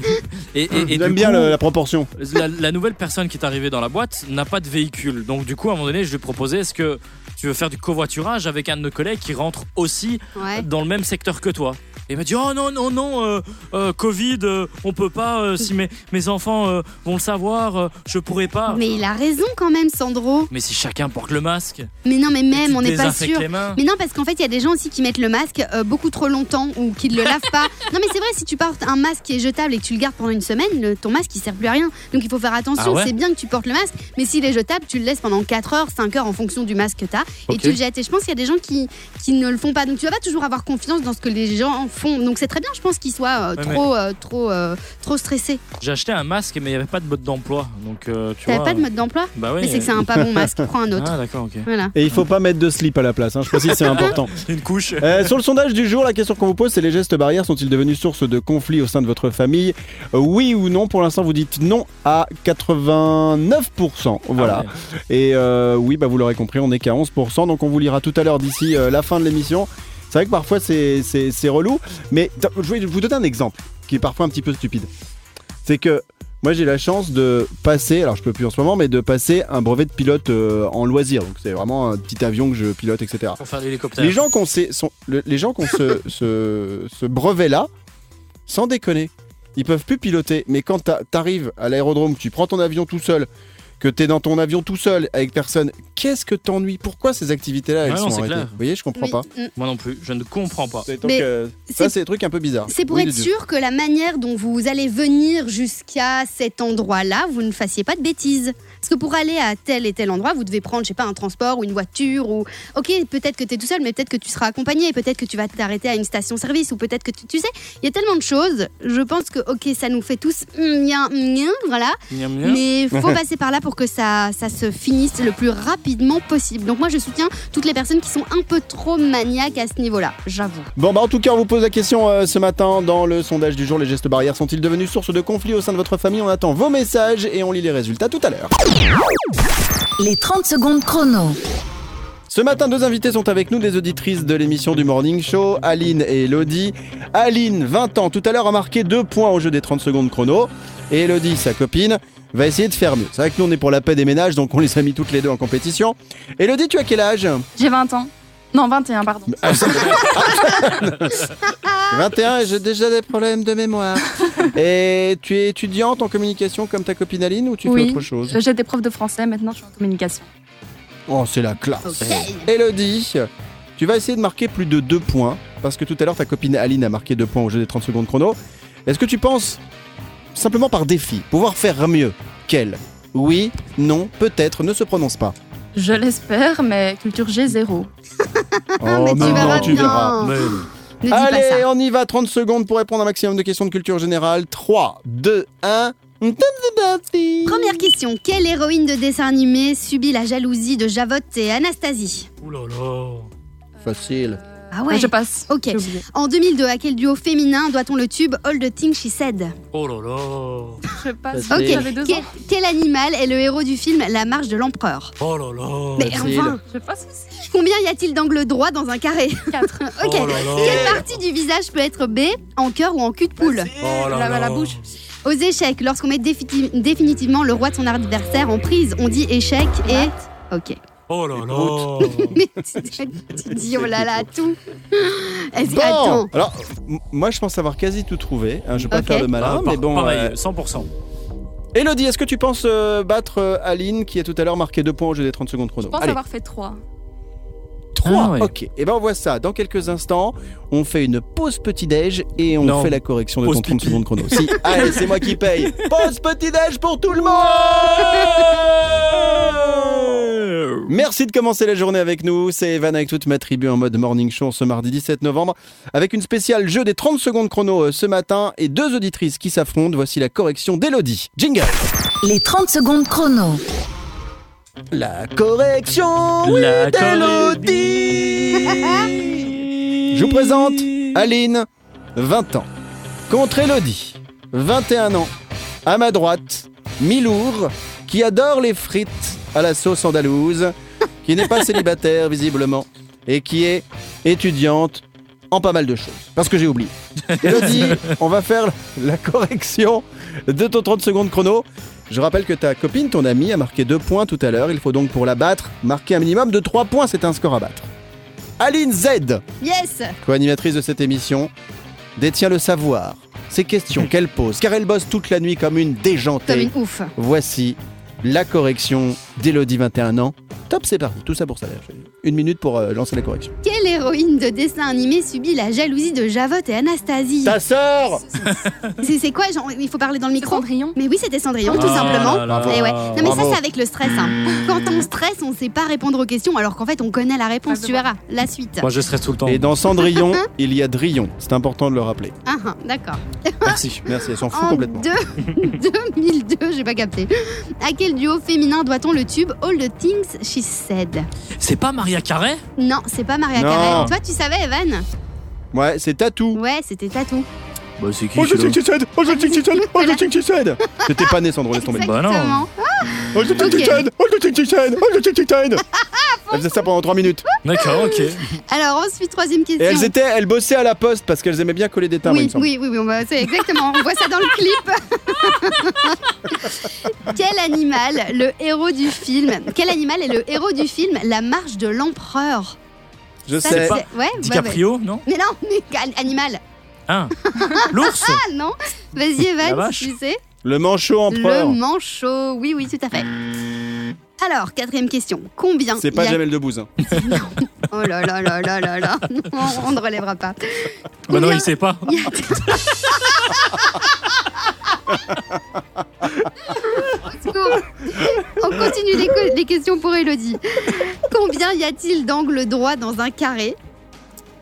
[SPEAKER 2] Et, et- et
[SPEAKER 1] J'aime
[SPEAKER 2] du
[SPEAKER 1] bien
[SPEAKER 2] coup,
[SPEAKER 1] le- la proportion.
[SPEAKER 2] la, la nouvelle personne qui est arrivée dans la boîte n'a pas de véhicule. Donc, du coup, à un moment donné, je lui ai proposé est-ce que tu veux faire du covoiturage avec un de nos collègues qui rentre aussi
[SPEAKER 3] Ouais.
[SPEAKER 2] dans le même secteur que toi et il m'a dit oh non non non euh, euh, Covid euh, on peut pas euh, si mes, mes enfants euh, vont le savoir euh, je pourrais pas
[SPEAKER 3] Mais il a raison quand même, Sandro.
[SPEAKER 2] Mais si chacun porte le masque
[SPEAKER 3] Mais non, mais
[SPEAKER 2] et
[SPEAKER 3] même,
[SPEAKER 2] tu
[SPEAKER 3] on n'est pas
[SPEAKER 2] désinfectes
[SPEAKER 3] sûr.
[SPEAKER 2] les mains.
[SPEAKER 3] Mais non, parce qu'en fait, il y a des gens aussi qui mettent le masque euh, beaucoup trop longtemps ou qui ne le lavent
[SPEAKER 2] [LAUGHS]
[SPEAKER 3] pas. Non, mais c'est vrai, si tu portes un masque qui est jetable et que tu le gardes pendant une semaine, le- ton masque, il sert plus à rien. Donc, il faut faire attention.
[SPEAKER 2] Ah ouais
[SPEAKER 3] c'est bien que tu portes le masque, mais s'il est jetable, tu le laisses pendant 4 heures, 5 heures en fonction du masque que tu as et
[SPEAKER 2] Ok.
[SPEAKER 3] tu le jettes. Et je pense qu'il y a des gens qui, qui ne le font pas. Donc, tu vas pas toujours avoir confiance dans ce que les gens font. Donc, c'est très bien, je pense, qu'ils soient euh,
[SPEAKER 2] Ouais,
[SPEAKER 3] trop, euh, trop, euh, trop stressés.
[SPEAKER 2] J'ai acheté un masque, mais il n'y avait pas de mode d'emploi. Donc, euh, tu
[SPEAKER 3] T'avais
[SPEAKER 2] vois.
[SPEAKER 3] pas de mode d'emploi
[SPEAKER 2] Bah oui.
[SPEAKER 3] Mais c'est que c'est
[SPEAKER 2] [LAUGHS]
[SPEAKER 3] un pas bon masque, prends un autre.
[SPEAKER 2] Ah, d'accord, ok.
[SPEAKER 3] Voilà.
[SPEAKER 1] Et il faut pas mettre de slip à la place, hein, je précise [LAUGHS] c'est [LAUGHS] important.
[SPEAKER 2] Une couche.
[SPEAKER 1] Euh, sur le sondage du jour, la question qu'on vous pose, c'est les gestes barrières sont-ils devenus source de conflits au sein de votre famille Euh, Oui ou non Pour l'instant, vous dites non à 89%. Voilà.
[SPEAKER 2] Ah ouais.
[SPEAKER 1] Et euh, oui, bah, vous l'aurez compris, on est qu'à 11%, donc on vous lira tout à l'heure d'ici euh, la fin de l'émission. C'est vrai que parfois c'est- c'est c'est relou, mais t- je vais vous donner un exemple qui est parfois un petit peu stupide. C'est que moi j'ai la chance de passer, alors je peux plus en ce moment, mais de passer un brevet de pilote euh, en loisir. Donc c'est vraiment un petit avion que je pilote, etc.
[SPEAKER 2] Pour faire l'hélicoptère.
[SPEAKER 1] Les gens qui ont ces- sont- le- les gens qui ont
[SPEAKER 2] [LAUGHS]
[SPEAKER 1] ce, ce- ce brevet-là, sans déconner, ils peuvent plus piloter. Mais quand t'a- t'arrives à l'aérodrome, que tu prends ton avion tout seul, que t'es dans ton avion tout seul avec personne, qu'est-ce que t'ennuies Pourquoi ces activités-là, elles
[SPEAKER 2] Ouais, non,
[SPEAKER 1] sont
[SPEAKER 2] c'est
[SPEAKER 1] arrêtées
[SPEAKER 2] clair.
[SPEAKER 1] Vous voyez, je comprends
[SPEAKER 3] Oui,
[SPEAKER 1] pas.
[SPEAKER 3] mm.
[SPEAKER 2] Moi non plus, je ne comprends pas.
[SPEAKER 1] C'est- donc,
[SPEAKER 3] Mais
[SPEAKER 1] euh, ça,
[SPEAKER 3] c'est-
[SPEAKER 1] c'est des trucs un peu bizarres.
[SPEAKER 3] C'est pour
[SPEAKER 1] Oui,
[SPEAKER 3] être
[SPEAKER 1] Didier.
[SPEAKER 3] sûr que la manière dont vous allez venir jusqu'à cet endroit-là, vous ne fassiez pas de bêtises. Parce que pour aller à tel et tel endroit, vous devez prendre, je sais pas, un transport ou une voiture ou. Ok, peut-être que tu es tout seul, mais peut-être que tu seras accompagné, peut-être que tu vas t'arrêter à une station-service ou peut-être que tu, tu sais, il y a tellement de choses. Je pense que ok, ça nous fait tous mm, mien, mien, voilà.
[SPEAKER 2] Miam, miam.
[SPEAKER 3] Mais faut passer par là pour que ça, ça se finisse le plus rapidement possible. Donc moi, je soutiens toutes les personnes qui sont un peu trop maniaques à ce niveau-là. J'avoue.
[SPEAKER 1] Bon, bah en tout cas, on vous pose la question euh, ce matin dans le sondage du jour les gestes barrières sont-ils devenus source de conflits au sein de votre famille On attend vos messages et on lit les résultats tout à l'heure.
[SPEAKER 6] Les 30 secondes chrono.
[SPEAKER 1] Ce matin, deux invités sont avec nous, des auditrices de l'émission du Morning Show, Aline et Elodie. Aline, 20 ans, tout à l'heure a marqué deux points au jeu des 30 secondes chrono. Et Elodie, sa copine, va essayer de faire mieux. C'est vrai que nous, on est pour la paix des ménages, donc on les a mis toutes les deux en compétition. Elodie, tu as quel âge
[SPEAKER 5] J'ai 20 ans. Non, 21, pardon.
[SPEAKER 1] 21 et j'ai déjà des problèmes de mémoire. Et tu es étudiante en communication comme ta copine Aline ou tu
[SPEAKER 5] Oui.
[SPEAKER 1] fais autre chose
[SPEAKER 5] J'étais prof de français, maintenant je suis en communication.
[SPEAKER 1] Oh, c'est la classe.
[SPEAKER 3] Ok.
[SPEAKER 1] Elodie, tu vas essayer de marquer plus de 2 points, parce que tout à l'heure ta copine Aline a marqué 2 points au jeu des 30 secondes chrono. Est-ce que tu penses, simplement par défi, pouvoir faire mieux qu'elle Oui, non, peut-être, ne se prononce pas.
[SPEAKER 5] Je l'espère, mais culture G, zéro.
[SPEAKER 3] Ah, [LAUGHS] mais
[SPEAKER 1] Oh, non,
[SPEAKER 3] tu verras
[SPEAKER 1] tu
[SPEAKER 3] bien.
[SPEAKER 1] verras.
[SPEAKER 2] Mais-
[SPEAKER 3] Ne dis pas ça.
[SPEAKER 1] Allez, on y va, 30 secondes pour répondre à un maximum de questions de culture générale. 3, 2, 1,
[SPEAKER 3] Première question. Quelle héroïne de dessin animé subit la jalousie de Javotte et Anastasie
[SPEAKER 2] Ouh là là.
[SPEAKER 1] Facile.
[SPEAKER 3] Ah ouais
[SPEAKER 5] Je passe.
[SPEAKER 3] Ok.
[SPEAKER 5] J'ai oublié.
[SPEAKER 3] En 2002, à quel duo féminin doit-on le tube All the Things She Said
[SPEAKER 2] Oh là là.
[SPEAKER 5] Je passe.
[SPEAKER 1] Ok.
[SPEAKER 5] J'avais deux
[SPEAKER 3] Quel,
[SPEAKER 5] ans.
[SPEAKER 3] quel animal est le héros du film La Marche de l'Empereur
[SPEAKER 2] Oh là là.
[SPEAKER 3] Mais
[SPEAKER 1] facile.
[SPEAKER 3] enfin,
[SPEAKER 5] Je passe aussi.
[SPEAKER 3] combien y a-t-il d'angles droits dans un carré
[SPEAKER 5] Quatre.
[SPEAKER 3] Ok.
[SPEAKER 2] Oh là là.
[SPEAKER 3] Quelle partie du visage peut être B en cœur ou en cul de poule
[SPEAKER 2] Oh là
[SPEAKER 5] La-
[SPEAKER 2] là.
[SPEAKER 5] la bouche.
[SPEAKER 3] Aux échecs, lorsqu'on met défiti- définitivement le roi de son adversaire en prise, on dit échec et. Ok. [LAUGHS]
[SPEAKER 2] Oh là là.
[SPEAKER 3] Mais tu tu dis oh là là, tout. Est-ce-
[SPEAKER 1] Bon.
[SPEAKER 3] Attends.
[SPEAKER 1] Alors, m- moi, je pense avoir quasi tout trouvé. hein, je vais pas
[SPEAKER 3] Ok.
[SPEAKER 1] faire le malin,
[SPEAKER 2] Ah,
[SPEAKER 1] mais
[SPEAKER 2] par-
[SPEAKER 1] bon.
[SPEAKER 2] Pareil,
[SPEAKER 1] euh,
[SPEAKER 2] 100%.
[SPEAKER 1] Elodie, est-ce que tu penses euh, battre euh, Aline qui a tout à l'heure marqué deux points au jeu des 30 secondes
[SPEAKER 5] Je
[SPEAKER 1] chrono
[SPEAKER 5] pense
[SPEAKER 1] Allez,
[SPEAKER 5] avoir fait trois.
[SPEAKER 1] 3
[SPEAKER 2] Ah ouais.
[SPEAKER 1] Ok, et ben on voit ça dans quelques instants. On fait une pause petit-déj et on
[SPEAKER 2] Non.
[SPEAKER 1] fait la correction de
[SPEAKER 2] Pause
[SPEAKER 1] ton 30
[SPEAKER 2] pipi. [LAUGHS]
[SPEAKER 1] secondes chrono. Si, allez, c'est moi qui paye. Pause petit-déj pour tout le monde Merci de commencer la journée avec nous. C'est Evan avec toute ma tribu en mode morning show ce mardi 17 novembre avec une spéciale jeu des 30 secondes chrono euh, ce matin et deux auditrices qui s'affrontent. Voici la correction d'Elodie. Jingle
[SPEAKER 6] Les 30 secondes chrono.
[SPEAKER 1] La correction oui,
[SPEAKER 2] La
[SPEAKER 1] d'Elodie [LAUGHS] Je vous présente Aline, 20 ans. Contre Elodie, 21 ans. À ma droite, Milour, qui adore les frites à la sauce [LAUGHS] andalouse, qui n'est pas célibataire visiblement, et qui est étudiante en pas mal de choses. Parce que j'ai [LAUGHS] oublié. Elodie, on va faire la correction de ton 30 secondes chrono. Je rappelle que ta copine, ton amie, a marqué 2 points tout à l'heure. Il faut donc pour la battre marquer un minimum de 3 points. C'est un score à battre. Aline Z,
[SPEAKER 3] Yes
[SPEAKER 1] co-animatrice de cette émission, détient le savoir. Ces questions qu'elle pose, car elle bosse toute la nuit comme une déjantée.
[SPEAKER 3] Comme une ouf.
[SPEAKER 1] Voici la correction d'Elodie, 21 ans. Top, c'est parti. Tout ça pour ça. d'ailleurs. Une minute pour euh, lancer la correction.
[SPEAKER 3] Quelle héroïne de dessin animé subit la jalousie de Javotte et Anastasie
[SPEAKER 1] Ta sœur
[SPEAKER 3] C'est c'est quoi genre, Il faut parler dans le micro
[SPEAKER 5] Cendrillon.
[SPEAKER 3] Mais oui, c'était Cendrillon,
[SPEAKER 2] Ah
[SPEAKER 3] tout simplement.
[SPEAKER 2] là là.
[SPEAKER 3] Eh ouais. Non mais
[SPEAKER 1] Bravo.
[SPEAKER 3] ça c'est avec le stress. hein. Quand on stresse, on sait pas répondre aux questions alors qu'en fait on connaît la réponse.
[SPEAKER 5] Ah,
[SPEAKER 3] tu verras la suite.
[SPEAKER 2] Moi, je stresse tout le temps.
[SPEAKER 1] Et dans
[SPEAKER 3] [LAUGHS]
[SPEAKER 1] Cendrillon, il y a Drillon. C'est important de le rappeler.
[SPEAKER 3] Ah, ah, D'accord.
[SPEAKER 1] Merci. Merci, elle s'en fout
[SPEAKER 3] En
[SPEAKER 1] complètement.
[SPEAKER 3] deux- [LAUGHS] 2002, j'ai pas capté. À quel duo féminin doit-on le tube All the Things She Said
[SPEAKER 2] C'est pas Maria Carré
[SPEAKER 3] Non, c'est pas Maria
[SPEAKER 1] Non.
[SPEAKER 3] Carey. Toi, tu savais, Evan
[SPEAKER 1] Ouais, c'est Tatou.
[SPEAKER 3] Ouais, c'était Tatou.
[SPEAKER 2] Bah, c'est qui
[SPEAKER 1] Oh, je Tissed Oh, je Tissed Oh, je Tissed T'étais pas né, Sandro, laisse tomber.
[SPEAKER 2] Bah non.
[SPEAKER 3] Exactement.
[SPEAKER 1] Oh, je
[SPEAKER 3] Ok.
[SPEAKER 1] Tissed Oh, je Tissed Oh, je
[SPEAKER 3] [LAUGHS]
[SPEAKER 1] Tissed Elle faisait ça pendant 3 minutes.
[SPEAKER 2] D'accord,
[SPEAKER 1] [LAUGHS]
[SPEAKER 2] ok.
[SPEAKER 1] Bah,
[SPEAKER 3] Alors ensuite, troisième
[SPEAKER 1] Et
[SPEAKER 3] question.
[SPEAKER 1] elles étaient, elles bossaient à la poste parce qu'elles aimaient bien coller des timbres, il me
[SPEAKER 3] oui,
[SPEAKER 1] semble.
[SPEAKER 3] oui, oui, oui, on va- c'est exactement. On voit ça dans le clip. [LAUGHS] quel animal, le héros du film Quel animal est le héros du film La Marche de l'Empereur
[SPEAKER 1] Je
[SPEAKER 3] Ça,
[SPEAKER 1] sais.
[SPEAKER 3] tu sais- Ouais, bah, ouais.
[SPEAKER 2] DiCaprio, non
[SPEAKER 3] Mais non, mais quel animal
[SPEAKER 2] Hein
[SPEAKER 1] [LAUGHS]
[SPEAKER 2] L'ours
[SPEAKER 3] Ah non Vas-y, Evan,
[SPEAKER 2] vache.
[SPEAKER 3] si tu sais.
[SPEAKER 1] Le manchot empereur.
[SPEAKER 3] Le manchot, oui, oui, tout à fait. Alors, quatrième question. Combien
[SPEAKER 1] C'est pas
[SPEAKER 3] y a-
[SPEAKER 1] Jamel Debbouze. hein.
[SPEAKER 3] Oh là là là là là là. [LAUGHS] Non, on ne relèvera pas.
[SPEAKER 2] Bah non,
[SPEAKER 1] hein.
[SPEAKER 3] Combien
[SPEAKER 2] il sait pas.
[SPEAKER 3] y a- Au secours. on continue les, co- les questions pour Elodie. Combien y a-t-il d'angles droits dans un carré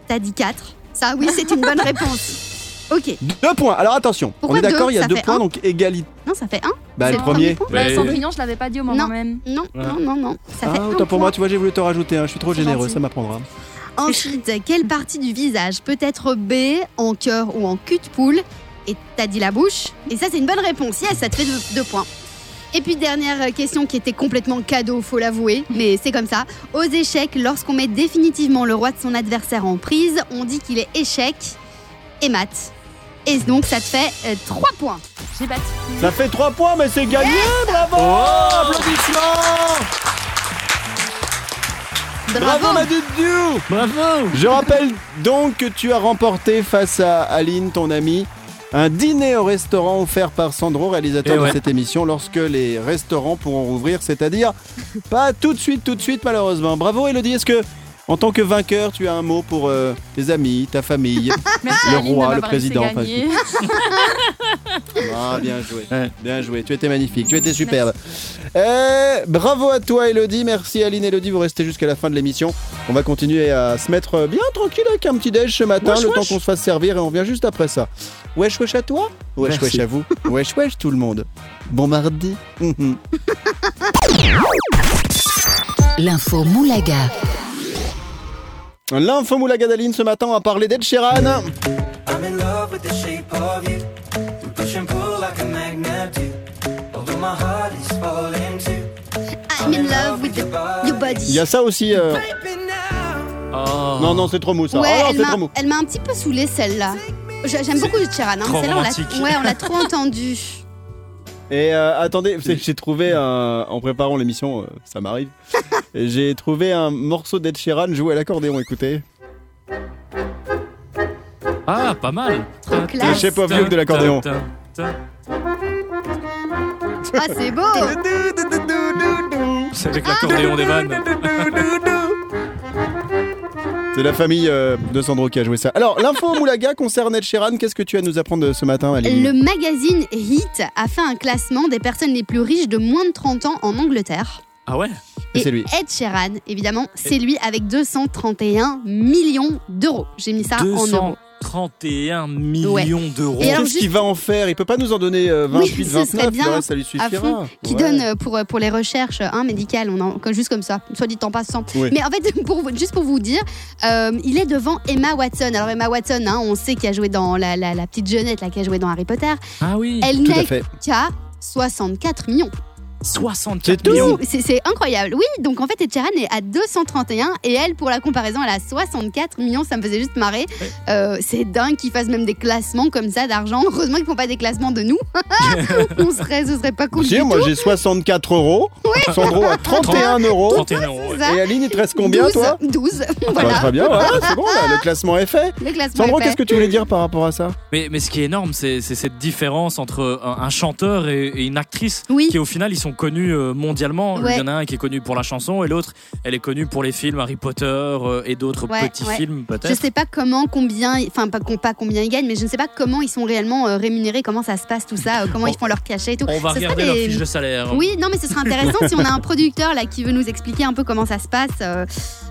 [SPEAKER 3] T'as dit 4. Ça, oui, c'est une bonne réponse. Ok.
[SPEAKER 1] Deux points. Alors attention,
[SPEAKER 3] Pourquoi
[SPEAKER 1] on est d'accord,
[SPEAKER 3] deux
[SPEAKER 1] il y a
[SPEAKER 3] Ça
[SPEAKER 1] deux
[SPEAKER 3] fait
[SPEAKER 1] points,
[SPEAKER 3] un.
[SPEAKER 1] donc égalité.
[SPEAKER 3] Non, ça fait 1.
[SPEAKER 1] Bah, le premier.
[SPEAKER 2] Mais-
[SPEAKER 5] Bah, Cendrillon, je l'avais pas dit au moment
[SPEAKER 3] Non.
[SPEAKER 5] même.
[SPEAKER 3] Non, non, non, non. Ça fait
[SPEAKER 1] Ah,
[SPEAKER 3] un
[SPEAKER 1] autant pour
[SPEAKER 3] point.
[SPEAKER 1] moi, tu vois, j'ai voulu te rajouter. hein. Je suis trop
[SPEAKER 5] C'est
[SPEAKER 1] généreux,
[SPEAKER 5] gentil.
[SPEAKER 1] ça m'apprendra.
[SPEAKER 3] Ensuite, quelle partie du visage peut être B en cœur ou en cul de poule Et t'as dit la bouche. Et ça, c'est une bonne réponse. Yes, ça te fait deux, deux points. Et puis, dernière question qui était complètement cadeau, faut l'avouer, mais c'est comme ça. Aux échecs, lorsqu'on met définitivement le roi de son adversaire en prise, on dit qu'il est échec et mat. Et donc, ça te fait euh, trois points.
[SPEAKER 5] J'ai battu.
[SPEAKER 1] Ça fait 3 points, mais c'est gagné, bravo Applaudissements
[SPEAKER 3] Bravo,
[SPEAKER 1] Bravo, ma Dudu
[SPEAKER 2] Bravo
[SPEAKER 1] [LAUGHS] Je rappelle donc que tu as remporté face à Aline, ton amie, un dîner au restaurant offert par Sandro, réalisateur
[SPEAKER 2] Eh ouais.
[SPEAKER 1] de cette émission, lorsque les restaurants pourront rouvrir, c'est-à-dire pas tout de suite, tout de suite malheureusement. Bravo Elodie, est-ce que En tant que vainqueur, tu as un mot pour euh, tes amis, ta famille.
[SPEAKER 5] Merci
[SPEAKER 1] Le
[SPEAKER 5] Aline de
[SPEAKER 1] roi, le
[SPEAKER 5] m'avoir laissé
[SPEAKER 1] président, enfin,
[SPEAKER 5] gagner.
[SPEAKER 1] Ah, bien joué.
[SPEAKER 2] Ouais.
[SPEAKER 1] Bien joué. Tu étais magnifique. Tu étais superbe. Eh, bravo à toi, Elodie. Merci, Aline. Elodie, vous restez jusqu'à la fin de l'émission. On va continuer à se mettre bien tranquille avec un petit déj ce matin,
[SPEAKER 4] Wesh,
[SPEAKER 1] le
[SPEAKER 4] wesh.
[SPEAKER 1] temps qu'on se fasse servir et on revient juste après ça. Wesh, wesh à toi. Wesh,
[SPEAKER 2] Merci.
[SPEAKER 1] wesh à vous. Wesh, wesh tout le monde. Bon mardi. Mhm.
[SPEAKER 6] L'info Moulaga.
[SPEAKER 1] L'info Moulaga d'Aline ce matin, on va parler d'Ed Sheeran.
[SPEAKER 7] I'm in love with the shape of you. We push and pull like a magnet do. Although my heart is falling too.
[SPEAKER 3] I'm in love with the- your body.
[SPEAKER 1] Il y a ça aussi. euh,
[SPEAKER 7] Baby now.
[SPEAKER 2] Oh.
[SPEAKER 1] Non, non, c'est trop mou ça.
[SPEAKER 3] Ouais,
[SPEAKER 1] Ah non,
[SPEAKER 3] elle
[SPEAKER 1] c'est
[SPEAKER 3] m'a-
[SPEAKER 1] trop mou.
[SPEAKER 3] elle m'a un petit peu saoulée celle-là. Je- J'aime beaucoup le Chiran. Hein.
[SPEAKER 2] Trop
[SPEAKER 3] Celle-là, on l'a
[SPEAKER 2] romantique.
[SPEAKER 3] ouais, on l'a trop
[SPEAKER 1] [LAUGHS]
[SPEAKER 3] entendue.
[SPEAKER 1] Et euh, attendez, [LAUGHS] c'est que j'ai trouvé un. En préparant l'émission, euh, ça m'arrive. j'ai trouvé un morceau d'Ed Sheeran joué à l'accordéon, écoutez.
[SPEAKER 2] Ah, pas mal.
[SPEAKER 3] Trop
[SPEAKER 1] C'est le
[SPEAKER 3] classe.
[SPEAKER 1] shape of you de l'accordéon.
[SPEAKER 3] Ah,
[SPEAKER 1] [LAUGHS]
[SPEAKER 3] c'est beau.
[SPEAKER 2] C'est avec l'accordéon des vannes.
[SPEAKER 1] [LAUGHS] C'est la famille euh, de Sandro qui a joué ça. Alors, l'info [LAUGHS] Moulaga concerne Ed Sheeran. Qu'est-ce que tu as à nous apprendre ce matin, Aline
[SPEAKER 3] Le magazine Hit a fait un classement des personnes les plus riches de moins de 30 ans en Angleterre.
[SPEAKER 2] Ah ouais
[SPEAKER 1] Et c'est lui.
[SPEAKER 3] Ed Sheeran, évidemment, c'est lui avec 231 millions d'euros. J'ai mis ça en euros.
[SPEAKER 2] 231 millions d'euros.
[SPEAKER 3] Et alors,
[SPEAKER 1] Qu'est-ce qu'il va en faire Il peut pas nous en donner euh, 28,
[SPEAKER 3] Oui, ce
[SPEAKER 1] 29,
[SPEAKER 3] serait bien
[SPEAKER 1] le reste, ça lui
[SPEAKER 3] à
[SPEAKER 1] suffira.
[SPEAKER 3] fond, qui
[SPEAKER 1] Ouais.
[SPEAKER 3] donne euh, pour, euh, pour les recherches hein, médicales, on en, juste comme ça, soit dit en passant.
[SPEAKER 1] Oui.
[SPEAKER 3] Mais en fait, [LAUGHS] pour, vous- juste pour vous dire, euh, il est devant Emma Watson. Alors Emma Watson, hein, on sait qu'elle a joué dans la, la- la petite jeunette là, qui a joué dans Harry Potter.
[SPEAKER 2] Ah oui
[SPEAKER 3] Elle
[SPEAKER 1] Tout à
[SPEAKER 3] n'est
[SPEAKER 1] fait.
[SPEAKER 3] qu'à 64 millions.
[SPEAKER 2] 64
[SPEAKER 1] C'est
[SPEAKER 2] millions
[SPEAKER 3] Ouh, C'est c'est incroyable. Oui, donc en fait, Ed Sheeran est à 231 et elle, pour la comparaison, elle a 64 millions. Ça me faisait juste marrer.
[SPEAKER 2] Ouais.
[SPEAKER 3] Euh, c'est dingue qu'ils fassent même des classements comme ça d'argent. Heureusement qu'ils font pas des classements de nous. [LAUGHS] On serait, ce serait pas cool.
[SPEAKER 1] Si,
[SPEAKER 3] du
[SPEAKER 1] moi
[SPEAKER 3] tout.
[SPEAKER 1] j'ai 64 euros. Sandro
[SPEAKER 3] [LAUGHS]
[SPEAKER 1] a 31 euros.
[SPEAKER 2] 31 euros. ouais.
[SPEAKER 3] ça.
[SPEAKER 1] Et Aline, il te reste combien
[SPEAKER 3] 12,
[SPEAKER 1] toi
[SPEAKER 3] 12.
[SPEAKER 1] Bah,
[SPEAKER 3] voilà. bah.
[SPEAKER 1] Très bien, voilà, c'est bon, là, le classement est fait.
[SPEAKER 3] Le classement.
[SPEAKER 1] Sandro,
[SPEAKER 3] est fait.
[SPEAKER 1] qu'est-ce que tu voulais dire par rapport à ça
[SPEAKER 2] Mais, mais ce qui est énorme, c'est c'est cette différence entre un, un chanteur et, et une actrice.
[SPEAKER 3] Oui.
[SPEAKER 2] Qui au final ils sont connus euh, mondialement.
[SPEAKER 3] Ouais.
[SPEAKER 2] Il y en a un qui est connu pour la chanson et l'autre elle est connue pour les films Harry Potter euh, et d'autres
[SPEAKER 3] Ouais,
[SPEAKER 2] petits
[SPEAKER 3] ouais.
[SPEAKER 2] films peut-être.
[SPEAKER 3] Je sais pas comment, combien, enfin pas, com- pas combien ils gagnent, mais je ne sais pas comment ils sont réellement euh, rémunérés, comment ça se passe tout ça, euh, comment
[SPEAKER 2] On-
[SPEAKER 3] ils font leur cachet et tout.
[SPEAKER 2] On va
[SPEAKER 3] Ce serait
[SPEAKER 2] regarder leur
[SPEAKER 3] des-
[SPEAKER 2] fiche de salaire.
[SPEAKER 3] Oui, non, mais ce serait intéressant si on a un producteur là qui veut nous expliquer un peu comment ça se passe. euh,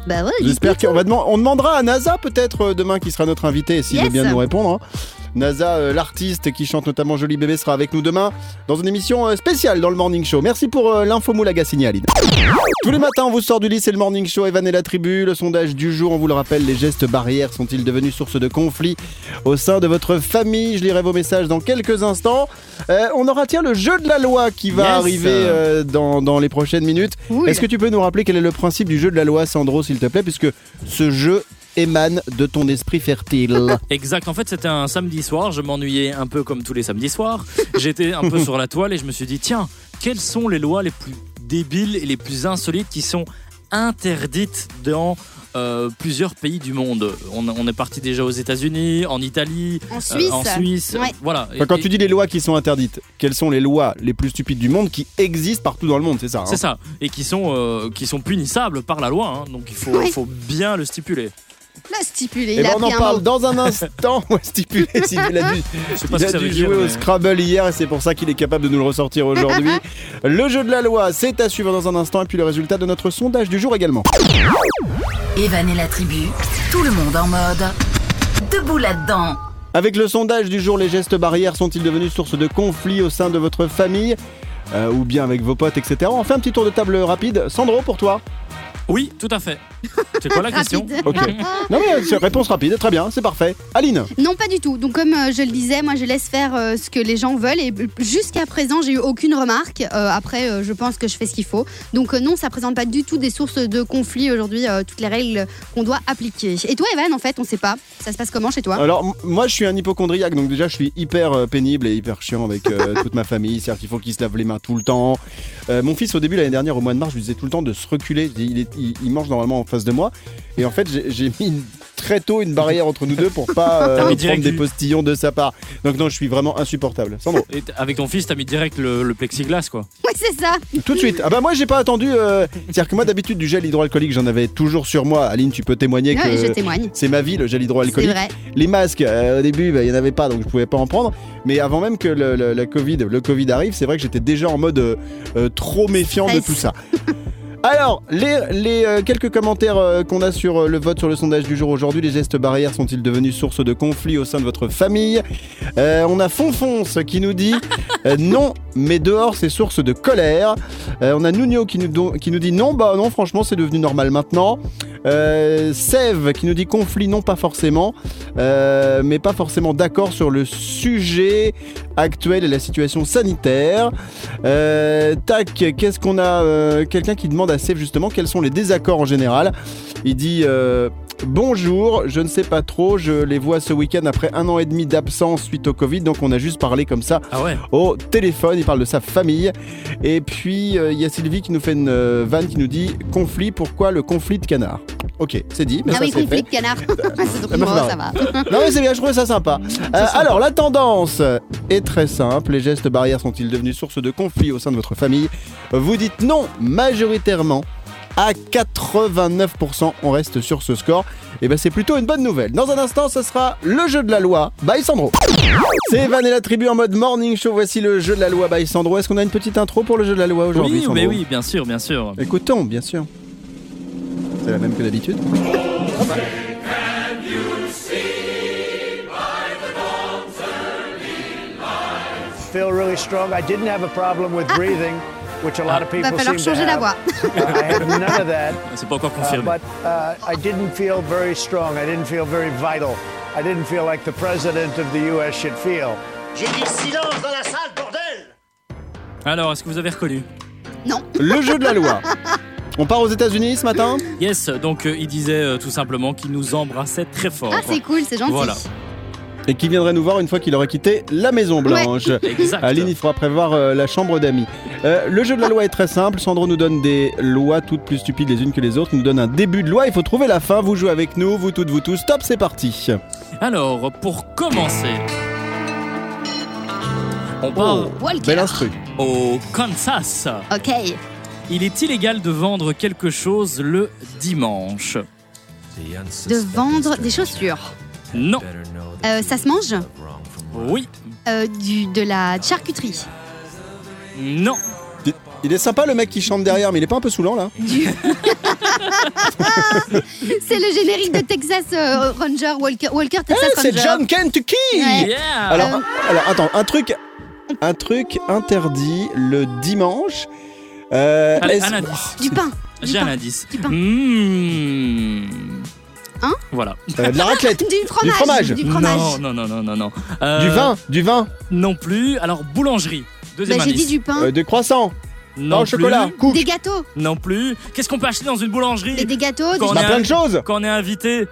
[SPEAKER 3] bah ouais,
[SPEAKER 1] J'espère qu'on va demand- on demandera à NASA peut-être euh, demain qui sera notre invité s'il
[SPEAKER 3] Yes.
[SPEAKER 1] veut bien nous répondre. hein. NASA, euh, l'artiste qui chante notamment Joli Bébé, sera avec nous demain dans une émission euh, spéciale dans le Morning Show. Merci pour euh, l'info Moulaga signée, Aline. Tous les matins, on vous sort du lit, c'est le Morning Show, Evan et la tribu. Le sondage du jour, on vous le rappelle, les gestes barrières sont-ils devenus source de conflits au sein de votre famille Je lirai vos messages dans quelques instants. Euh, on aura, tiens, le jeu de la loi qui va
[SPEAKER 2] Yes.
[SPEAKER 1] arriver euh, dans- dans les prochaines minutes.
[SPEAKER 3] Cool.
[SPEAKER 1] Est-ce que tu peux nous rappeler quel est le principe du jeu de la loi, Sandro, s'il te plaît, puisque ce jeu émane de ton
[SPEAKER 2] [LAUGHS]
[SPEAKER 1] esprit fertile.
[SPEAKER 2] Exact. En fait, c'était un samedi soir. Je m'ennuyais un peu comme tous les samedis soirs. J'étais
[SPEAKER 1] [LAUGHS]
[SPEAKER 2] un peu sur la toile et je me suis dit tiens, quelles sont les lois les plus débiles et les plus insolites qui sont interdites dans euh, plusieurs pays du monde. On, on est parti déjà aux États-Unis, en Italie,
[SPEAKER 3] En
[SPEAKER 2] euh,
[SPEAKER 3] Suisse.
[SPEAKER 2] en Suisse.
[SPEAKER 3] Ouais.
[SPEAKER 2] Voilà.
[SPEAKER 1] Enfin, quand
[SPEAKER 2] Et-
[SPEAKER 1] tu dis les lois qui sont interdites, quelles sont les lois les plus stupides du monde qui existent partout dans le monde, c'est ça hein
[SPEAKER 2] C'est ça, et qui sont, euh, qui sont punissables par la loi, hein. donc il faut,
[SPEAKER 3] Oui.
[SPEAKER 2] faut bien le stipuler.
[SPEAKER 3] Là, stipulé,
[SPEAKER 1] Eh
[SPEAKER 3] il
[SPEAKER 1] ben,
[SPEAKER 3] a
[SPEAKER 1] on en
[SPEAKER 3] pris un
[SPEAKER 1] parle
[SPEAKER 3] mot.
[SPEAKER 1] dans un instant. Ouais, stipulé, s'il a dû,
[SPEAKER 2] [LAUGHS] sais pas
[SPEAKER 1] il
[SPEAKER 2] ce
[SPEAKER 1] a
[SPEAKER 2] que ça
[SPEAKER 1] dû
[SPEAKER 2] veut
[SPEAKER 1] jouer
[SPEAKER 2] dire,
[SPEAKER 1] au
[SPEAKER 2] mais-
[SPEAKER 1] Scrabble hier et c'est pour ça qu'il est capable de nous le
[SPEAKER 2] [LAUGHS]
[SPEAKER 1] ressortir aujourd'hui. le jeu de la loi, c'est à suivre dans un instant et puis le résultat de notre sondage du jour également.
[SPEAKER 6] Evan et la tribu. Tout le monde en mode. Debout là-dedans.
[SPEAKER 1] Avec le sondage du jour, les gestes barrières sont-ils devenus source de conflits au sein de votre famille Euh, ou bien avec vos potes, etc. On fait un petit tour de table rapide. Sandro, pour toi
[SPEAKER 2] Oui, tout à fait. C'est
[SPEAKER 3] [LAUGHS]
[SPEAKER 2] quoi la question
[SPEAKER 3] Rapide.
[SPEAKER 1] Ok. non mais euh, c'est réponse rapide, très bien, c'est parfait. Aline
[SPEAKER 3] Non, pas du tout. Donc, comme euh, je le disais, moi, je laisse faire euh, ce que les gens veulent. Et euh, jusqu'à présent, j'ai eu aucune remarque. Euh, après, euh, je pense que je fais ce qu'il faut. Donc, euh, non, ça présente pas du tout des sources de conflits aujourd'hui, euh, toutes les règles qu'on doit appliquer. Et toi, Evan, en fait, on sait pas. Ça se passe comment chez toi
[SPEAKER 1] Alors, m- moi, je suis un hypochondriaque, donc déjà, je suis hyper euh, pénible et hyper chiant
[SPEAKER 2] [LAUGHS]
[SPEAKER 1] avec euh, toute ma famille. C'est-à-dire qu'il faut qu'il se lave les mains tout le temps. Euh, mon fils, au début, l'année dernière, au mois de mars, je lui disais tout le temps de se reculer. Je dis, Il, est- il- il mange normalement en face de moi. Et en fait, j'ai- j'ai mis une très tôt une barrière entre nous deux pour
[SPEAKER 2] [LAUGHS]
[SPEAKER 1] pas euh,
[SPEAKER 2] T'as mis
[SPEAKER 1] prendre
[SPEAKER 2] Ah, direct
[SPEAKER 1] des
[SPEAKER 2] du-
[SPEAKER 1] postillons de sa part. Donc non, je suis vraiment insupportable. Sandro,
[SPEAKER 2] Et t- avec ton fils, t'as mis direct le, le plexiglas, quoi.
[SPEAKER 3] [LAUGHS] Ouais, c'est ça.
[SPEAKER 1] tout de suite. Ah bah moi j'ai pas attendu. euh, C'est-à-dire que moi d'habitude du gel hydroalcoolique j'en avais toujours sur moi. Aline, tu peux témoigner
[SPEAKER 3] Ouais, Ah, [LAUGHS] je
[SPEAKER 1] que
[SPEAKER 3] témoigne.
[SPEAKER 1] c'est ma vie le gel
[SPEAKER 3] C'est
[SPEAKER 1] hydroalcoolique.
[SPEAKER 3] vrai.
[SPEAKER 1] Les masques, euh, au début, bah, il y n'y en avait pas, donc je pouvais pas en prendre. Mais avant même que le, le- la COVID, le Covid arrive, c'est vrai que j'étais déjà en mode euh, euh, trop méfiant de
[SPEAKER 3] Stress.
[SPEAKER 1] tout ça. Alors, les, les, euh, quelques commentaires euh, qu'on a sur euh, le vote sur le sondage du jour aujourd'hui, les gestes barrières sont-ils devenus source de conflits au sein de votre famille Euh, On a Fonfonce qui nous dit euh, non, mais dehors c'est source de colère. Euh, on a Nuno qui nous, don- qui nous dit non, bah non, franchement c'est devenu normal maintenant. Euh, Sève qui nous dit conflit, non pas forcément, euh, mais pas forcément d'accord sur le sujet actuel et la situation sanitaire. Euh, tac, qu'est-ce qu'on a euh, Quelqu'un qui demande à Sève justement quels sont les désaccords en général. Il dit euh, bonjour, je ne sais pas trop, je les vois ce week-end après un an et demi d'absence suite au Covid, donc on a juste parlé comme ça
[SPEAKER 2] Ah ouais
[SPEAKER 1] au téléphone, il parle de sa famille. Et puis euh, il y a Sylvie qui nous fait une euh, vanne qui nous dit conflit, pourquoi le conflit de canard Ok, c'est dit, mais ben,
[SPEAKER 3] ah
[SPEAKER 1] ça
[SPEAKER 3] oui,
[SPEAKER 1] c'est
[SPEAKER 3] conflit
[SPEAKER 1] fait.
[SPEAKER 3] de canard. Ah, c'est drôle,
[SPEAKER 1] marche
[SPEAKER 3] bon,
[SPEAKER 1] pas.
[SPEAKER 3] ça va.
[SPEAKER 1] Non mais c'est bien, je trouvais ça sympa. Euh, alors la tendance est très simple, les gestes barrières sont-ils devenus source de conflit au sein de votre famille Vous dites non majoritairement. À 89%, on reste sur ce score. Et ben c'est plutôt une bonne nouvelle. Dans un instant, ce sera le jeu de la loi by Sandro. C'est Van et la tribu en mode morning show. Voici le jeu de la loi by Sandro. Est-ce qu'on a une petite intro pour le jeu de la loi aujourd'hui
[SPEAKER 2] Oui,
[SPEAKER 1] Sandro
[SPEAKER 2] mais oui, bien sûr, bien
[SPEAKER 1] Ah,
[SPEAKER 2] sûr.
[SPEAKER 1] Écoutons, bien sûr. C'est la même que d'habitude.
[SPEAKER 8] feel really strong. I didn't have a problem with breathing, which a lot of
[SPEAKER 3] Va
[SPEAKER 8] people seem
[SPEAKER 3] falloir
[SPEAKER 8] to
[SPEAKER 3] changer la
[SPEAKER 8] have.
[SPEAKER 3] voix.
[SPEAKER 8] [LAUGHS] I had none of that,
[SPEAKER 1] bah.
[SPEAKER 8] uh,
[SPEAKER 2] C'est pas encore confirmé.
[SPEAKER 1] Ah,
[SPEAKER 8] but uh, I didn't feel very strong. I didn't feel very vital. I didn't feel like the president of the U.S. should feel.
[SPEAKER 1] bah.
[SPEAKER 2] Alors, est-ce que vous avez reconnu
[SPEAKER 1] Le jeu de la loi. On part aux États-Unis ce matin
[SPEAKER 2] Yes, donc euh, il disait euh, tout simplement qu'il nous embrassait très fort.
[SPEAKER 3] Ah, c'est cool, c'est gentil.
[SPEAKER 2] Voilà.
[SPEAKER 1] et qui viendrait nous voir une fois qu'il aurait quitté la Maison Blanche.
[SPEAKER 2] [LAUGHS] Exact.
[SPEAKER 1] Aline, il faudra prévoir euh, la chambre d'amis. Euh, le jeu de la loi est très simple. Sandro nous donne des lois toutes plus stupides les unes que les autres. Il nous donne un début de loi. Il faut trouver la fin. Vous jouez avec nous, vous toutes, vous tous. Top, c'est parti.
[SPEAKER 2] Alors, pour commencer, on part
[SPEAKER 3] Walker.
[SPEAKER 1] Bel instru. Oh.
[SPEAKER 2] au Kansas.
[SPEAKER 3] Ok.
[SPEAKER 2] Il est illégal de vendre quelque chose le dimanche.
[SPEAKER 3] De vendre des chaussures.
[SPEAKER 2] Non.
[SPEAKER 3] Euh, ça se mange
[SPEAKER 7] Oh
[SPEAKER 2] Oui.
[SPEAKER 3] Euh, du, De la charcuterie.
[SPEAKER 2] Non.
[SPEAKER 1] Il est sympa le mec qui chante derrière, mais il est pas un peu saoulant là
[SPEAKER 3] C'est le générique de Texas euh, Ranger, Walker, Walker Texas
[SPEAKER 1] Eh, C'est
[SPEAKER 3] Ranger.
[SPEAKER 1] John Kentucky
[SPEAKER 2] Euh.
[SPEAKER 3] Ouais.
[SPEAKER 2] Yeah.
[SPEAKER 1] Alors, alors, attends, un truc, un truc interdit le dimanche. Euh,
[SPEAKER 2] Allez,
[SPEAKER 1] est-ce-
[SPEAKER 2] un indice.
[SPEAKER 3] Du pain.
[SPEAKER 2] J'ai un indice.
[SPEAKER 3] Oh, du pain.
[SPEAKER 2] Mmh.
[SPEAKER 3] Hein
[SPEAKER 2] Voilà.
[SPEAKER 1] Euh, de la raclette,
[SPEAKER 3] Du fromage.
[SPEAKER 1] fromage.
[SPEAKER 3] Du fromage.
[SPEAKER 2] Non, non, non, non, non, non. [LAUGHS] Euh,
[SPEAKER 1] du vin, du vin,
[SPEAKER 2] Non plus. Alors, boulangerie. Deuxième
[SPEAKER 3] Bah, j'ai dit
[SPEAKER 2] indice.
[SPEAKER 3] du pain.
[SPEAKER 1] euh, de croissant,
[SPEAKER 2] Hein non
[SPEAKER 1] dans le
[SPEAKER 2] plus.
[SPEAKER 1] chocolat, couche,
[SPEAKER 3] Des gâteaux.
[SPEAKER 2] Non plus. Qu'est-ce qu'on peut acheter dans une boulangerie
[SPEAKER 3] Des, des gâteaux. des-
[SPEAKER 2] Quand on
[SPEAKER 1] bah,
[SPEAKER 2] est
[SPEAKER 1] plein
[SPEAKER 2] un-
[SPEAKER 1] de choses,
[SPEAKER 2] Quand on est invité,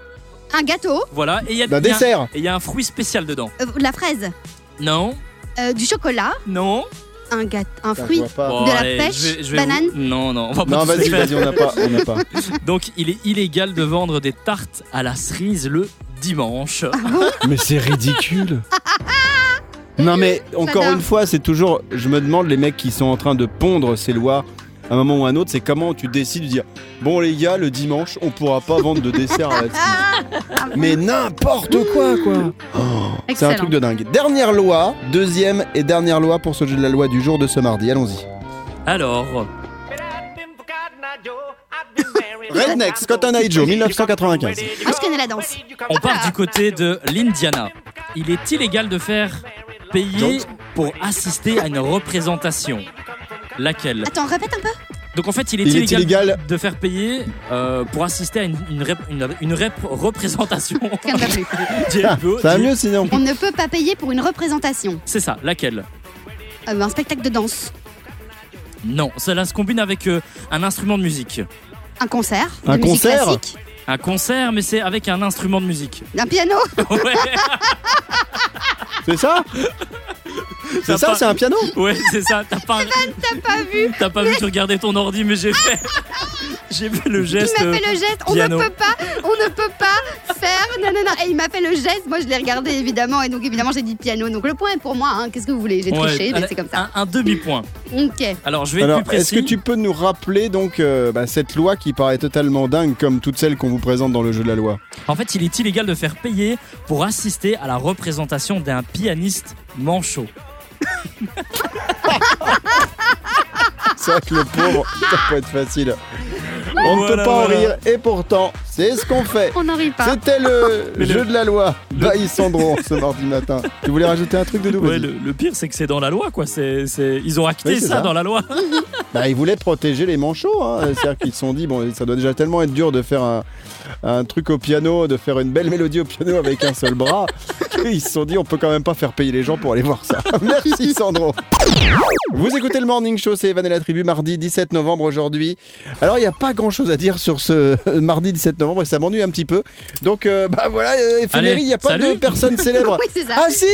[SPEAKER 3] Un gâteau.
[SPEAKER 2] voilà. Et il y a
[SPEAKER 1] d'un
[SPEAKER 2] il y a-
[SPEAKER 1] Bah, dessert,
[SPEAKER 2] et il y a un fruit spécial dedans.
[SPEAKER 3] euh, de la fraise.
[SPEAKER 2] Non.
[SPEAKER 3] euh, du chocolat.
[SPEAKER 2] Non.
[SPEAKER 3] Un, gâte- un
[SPEAKER 1] Ah, je
[SPEAKER 3] fruit.
[SPEAKER 1] vois pas.
[SPEAKER 2] Bon,
[SPEAKER 3] De la
[SPEAKER 2] allez,
[SPEAKER 3] pêche,
[SPEAKER 2] je vais- je vais
[SPEAKER 3] banane
[SPEAKER 2] vous- Non, non, on va pas
[SPEAKER 1] Non,
[SPEAKER 2] tous les
[SPEAKER 1] vas-y,
[SPEAKER 2] faire.
[SPEAKER 1] vas-y, on n'a pas, on n'a pas.
[SPEAKER 2] Donc, il est illégal de vendre des tartes à la cerise le dimanche.
[SPEAKER 1] [LAUGHS] Mais c'est ridicule. [LAUGHS] Non mais encore
[SPEAKER 3] J'adore.
[SPEAKER 1] une fois, c'est toujours, je me demande les mecs qui sont en train de pondre ces lois à un moment ou à un autre, c'est comment tu décides de dire bon les gars le dimanche on pourra pas vendre de dessert à la cerise. Mais n'importe quoi quoi. Oh, c'est un
[SPEAKER 3] Excellent.
[SPEAKER 1] truc de dingue. Dernière loi, deuxième et dernière loi pour ce jeu de la loi du jour de ce mardi. Allons-y.
[SPEAKER 2] Alors,
[SPEAKER 1] Redneck, Scott and Joe, 1995.
[SPEAKER 3] Ah, je connais la danse.
[SPEAKER 2] on part du côté de l'Indiana. Il est illégal de faire payer pour assister à une représentation. Laquelle
[SPEAKER 3] Attends, répète un peu.
[SPEAKER 2] Donc en fait, il est,
[SPEAKER 1] Il est
[SPEAKER 2] illégal,
[SPEAKER 1] illégal.
[SPEAKER 2] de faire payer euh, pour assister à une, une, rep- une- une rep-
[SPEAKER 3] [LAUGHS]
[SPEAKER 2] représentation.
[SPEAKER 3] Qu'elle ne va plus.
[SPEAKER 1] Ça va mieux sinon.
[SPEAKER 3] On ne peut pas payer pour une représentation.
[SPEAKER 2] C'est ça, laquelle
[SPEAKER 3] Euh, un spectacle de danse.
[SPEAKER 2] Non, cela se combine avec euh, un instrument de musique.
[SPEAKER 3] Un concert.
[SPEAKER 1] Un
[SPEAKER 3] de musique
[SPEAKER 1] concert
[SPEAKER 3] classique.
[SPEAKER 2] Un concert, mais c'est avec un instrument de musique. [LAUGHS]
[SPEAKER 3] Un piano. [LAUGHS]
[SPEAKER 2] Ouais.
[SPEAKER 1] C'est ça C'est ça,
[SPEAKER 2] pas-
[SPEAKER 1] c'est un piano
[SPEAKER 2] [LAUGHS] Ouais, c'est ça. T'as pas,
[SPEAKER 3] T'as pas vu
[SPEAKER 2] t'as pas vu, tu regardais ton ordi, mais [LAUGHS] j'ai fait, j'ai fait le
[SPEAKER 3] Tu
[SPEAKER 2] geste.
[SPEAKER 3] m'as fait le geste. On
[SPEAKER 2] piano.
[SPEAKER 3] ne peut pas. On ne peut pas faire nanana. Et il m'a fait le geste. Moi, je l'ai regardé évidemment. Et donc, évidemment, j'ai dit piano. Donc, le point est pour moi. hein. Qu'est-ce que vous voulez J'ai
[SPEAKER 2] Ouais,
[SPEAKER 3] triché, mais
[SPEAKER 2] allez,
[SPEAKER 3] c'est comme ça.
[SPEAKER 2] Un, un demi-point.
[SPEAKER 3] Ok.
[SPEAKER 2] Alors, je vais
[SPEAKER 1] Alors,
[SPEAKER 2] être plus
[SPEAKER 1] est-ce
[SPEAKER 2] précis.
[SPEAKER 1] que tu peux nous rappeler donc euh, bah, cette loi qui paraît totalement dingue comme toutes celles qu'on vous présente dans le jeu de la [LAUGHS] loi
[SPEAKER 2] En fait, il est illégal de faire payer pour assister à la représentation d'un pianiste manchot.
[SPEAKER 1] C'est vrai que le pauvre, ça peut être facile. On ne peut
[SPEAKER 2] Voilà,
[SPEAKER 1] pas en
[SPEAKER 2] voilà.
[SPEAKER 1] rire et pourtant, c'est ce qu'on fait.
[SPEAKER 3] On n'en rit pas.
[SPEAKER 1] C'était le
[SPEAKER 2] Mais le-
[SPEAKER 1] jeu de la loi by Sandro ce mardi matin. Tu voulais rajouter un truc de
[SPEAKER 2] Ouais,
[SPEAKER 1] double
[SPEAKER 2] le, le pire, c'est que c'est dans la loi, quoi. C'est, c'est- Ils ont acté
[SPEAKER 1] Oui, c'est
[SPEAKER 2] ça,
[SPEAKER 1] ça.
[SPEAKER 2] dans la
[SPEAKER 3] Ah
[SPEAKER 2] loi.
[SPEAKER 1] Bah, ils voulaient protéger les manchots. Hein. C'est-à-dire qu'ils se sont dit, bon, ça doit déjà tellement être dur de faire un, un truc au piano, de faire une belle mélodie au piano avec un seul bras. Ils se sont dit, on peut quand même pas faire payer les gens pour aller voir ça. Merci Sandro. Vous écoutez le Morning Show, c'est Evan et la Tribu, mardi 17 novembre aujourd'hui. Alors, il n'y a pas grand-chose à dire sur ce [LAUGHS] mardi 17 novembre et ça m'ennuie un petit peu. Donc, euh, bah voilà, euh, éphémérie,
[SPEAKER 2] Allez,
[SPEAKER 1] il n'y a pas
[SPEAKER 2] salut.
[SPEAKER 1] de personne célèbre.
[SPEAKER 3] Oui, c'est ça.
[SPEAKER 1] Ah si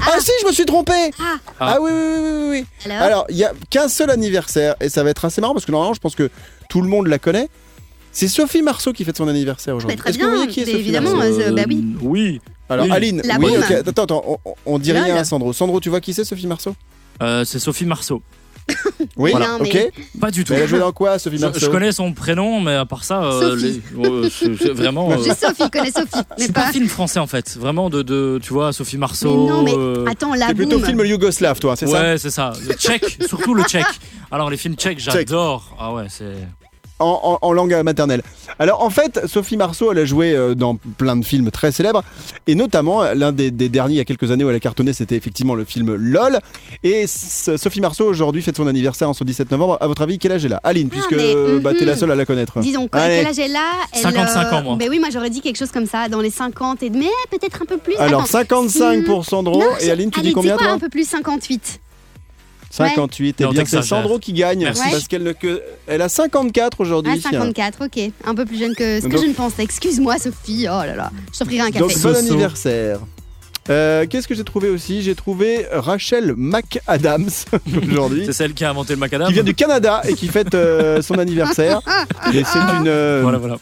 [SPEAKER 1] Ah si, je me suis trompé
[SPEAKER 3] Ah.
[SPEAKER 1] Ah oui, oui, oui, oui, oui.
[SPEAKER 3] Alors,
[SPEAKER 1] Alors, il y a qu'un seul anniversaire, et ça va être assez marrant parce que normalement, je pense que tout le monde la connaît. C'est Sophie Marceau qui fête son anniversaire aujourd'hui.
[SPEAKER 3] très
[SPEAKER 1] Est-ce que vous
[SPEAKER 3] bien,
[SPEAKER 1] voyez qui est
[SPEAKER 3] mais
[SPEAKER 1] Sophie
[SPEAKER 3] évidemment,
[SPEAKER 1] Marceau
[SPEAKER 3] euh, c'est- bah oui.
[SPEAKER 2] Oui.
[SPEAKER 1] Alors,
[SPEAKER 2] oui.
[SPEAKER 1] Aline,
[SPEAKER 3] La
[SPEAKER 1] oui,
[SPEAKER 3] brune.
[SPEAKER 1] ok, attends, attends, on, on- on dit
[SPEAKER 3] Lol.
[SPEAKER 1] rien à Sandro. Sandro, tu vois qui c'est Sophie Marceau
[SPEAKER 2] Euh, c'est Sophie Marceau.
[SPEAKER 1] Oui,
[SPEAKER 3] Voilà. Non,
[SPEAKER 1] ok.
[SPEAKER 3] mais-
[SPEAKER 2] Pas du tout.
[SPEAKER 1] Mais elle a joué dans quoi, Sophie
[SPEAKER 2] Je,
[SPEAKER 1] Marceau
[SPEAKER 2] je connais son prénom, mais à part ça, euh,
[SPEAKER 3] Sophie.
[SPEAKER 2] les- euh, c'est- c'est
[SPEAKER 1] [LAUGHS]
[SPEAKER 2] vraiment. euh,
[SPEAKER 3] j'ai Sophie, connais Sophie. Mais
[SPEAKER 2] c'est pas
[SPEAKER 3] pas.
[SPEAKER 2] film français en fait, vraiment de, de tu vois Sophie
[SPEAKER 3] Mais
[SPEAKER 2] Marceau.
[SPEAKER 3] non,
[SPEAKER 2] euh,
[SPEAKER 3] mais attends, la
[SPEAKER 1] C'est plutôt
[SPEAKER 3] boum.
[SPEAKER 1] film yougoslave, toi, c'est ça
[SPEAKER 2] ouais, c'est ça. Le tchèque,
[SPEAKER 3] [LAUGHS]
[SPEAKER 2] surtout le tchèque. Alors les films tchèques, j'adore. Ah ouais, c'est.
[SPEAKER 1] en, en- en langue maternelle. Alors en fait, Sophie Marceau, elle a joué euh, dans plein de films très célèbres, et notamment euh, l'un des, des derniers il y a quelques années où elle a cartonné, c'était effectivement le film LOL. Et s- Sophie Marceau aujourd'hui fête son anniversaire en ce 17 novembre. À votre avis, quel âge elle a Aline, puisque
[SPEAKER 3] mais,
[SPEAKER 1] euh, bah,
[SPEAKER 3] mhm.
[SPEAKER 1] t'es la seule à la connaître.
[SPEAKER 3] Disons, quoi,
[SPEAKER 1] Allez.
[SPEAKER 3] quel âge elle a elle,
[SPEAKER 2] 55 ans, moi.
[SPEAKER 3] Mais oui, moi j'aurais dit quelque chose comme ça, dans les 50 et mais peut-être un peu plus.
[SPEAKER 1] Alors
[SPEAKER 3] Attends.
[SPEAKER 1] 55 pour Sandro,
[SPEAKER 3] Non,
[SPEAKER 1] et Aline, tu
[SPEAKER 3] Allez,
[SPEAKER 1] dis hein. combien
[SPEAKER 3] quoi,
[SPEAKER 1] toi
[SPEAKER 3] un peu plus 58.
[SPEAKER 1] 58. Et
[SPEAKER 2] Non,
[SPEAKER 1] bien c'est
[SPEAKER 2] t'exagères.
[SPEAKER 1] Sandro qui gagne,
[SPEAKER 2] Merci.
[SPEAKER 1] parce qu'elle ne que... elle a 54
[SPEAKER 3] Ah,
[SPEAKER 1] aujourd'hui.
[SPEAKER 3] 54, ok. Un peu plus jeune que ce que
[SPEAKER 1] Donc-
[SPEAKER 3] je ne pensais. Excuse-moi, Sophie. Oh là là. Je t'offrirai un café.
[SPEAKER 1] Donc bon
[SPEAKER 2] Soso.
[SPEAKER 1] anniversaire. Euh, Qu'est-ce que j'ai trouvé aussi J'ai trouvé Rachel McAdams [LAUGHS] aujourd'hui,
[SPEAKER 2] C'est celle qui a inventé le macadam.
[SPEAKER 1] qui vient du Canada et qui fête euh, son anniversaire. Et c'est une. euh,
[SPEAKER 2] Ah. Voilà, voilà.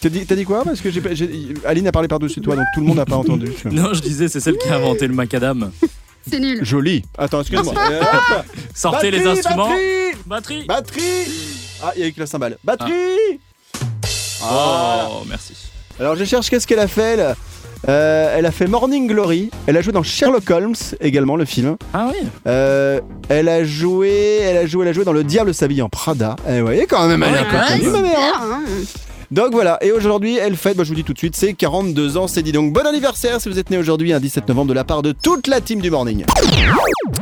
[SPEAKER 1] T'as dit, t'as dit quoi Parce que j'ai pas- j'ai- Aline a parlé par-dessus toi, donc tout le monde n'a
[SPEAKER 2] [LAUGHS]
[SPEAKER 1] pas entendu.
[SPEAKER 2] Non, je disais, c'est celle qui a inventé le macadam.
[SPEAKER 3] C'est nul.
[SPEAKER 1] Joli. Attends, excuse-moi. Euh, hop.
[SPEAKER 2] Sortez les
[SPEAKER 1] Batterie,
[SPEAKER 2] instruments.
[SPEAKER 1] Batterie
[SPEAKER 2] Batterie.
[SPEAKER 1] Batterie Ah, il y a eu que la cymbale. Batterie Ah.
[SPEAKER 2] Oh, merci.
[SPEAKER 1] Alors je cherche qu'est-ce qu'elle a fait elle Euh, elle a fait Morning Glory, elle a joué dans Sherlock Holmes également le film.
[SPEAKER 2] Ah oui.
[SPEAKER 1] Euh, elle a joué, elle a joué, elle a joué dans Le Diable s'habille en Prada. Eh Et vous voyez quand même, elle a
[SPEAKER 2] Ouais,
[SPEAKER 1] pas
[SPEAKER 2] ouais,
[SPEAKER 1] connu, ma mère, hein.
[SPEAKER 3] Ah, hein.
[SPEAKER 1] Donc voilà, et aujourd'hui, elle fête, bah, je vous dis tout de suite, c'est 42 ans, c'est dit donc bon anniversaire si vous êtes né aujourd'hui, un 17 novembre, de la part de toute la team du morning.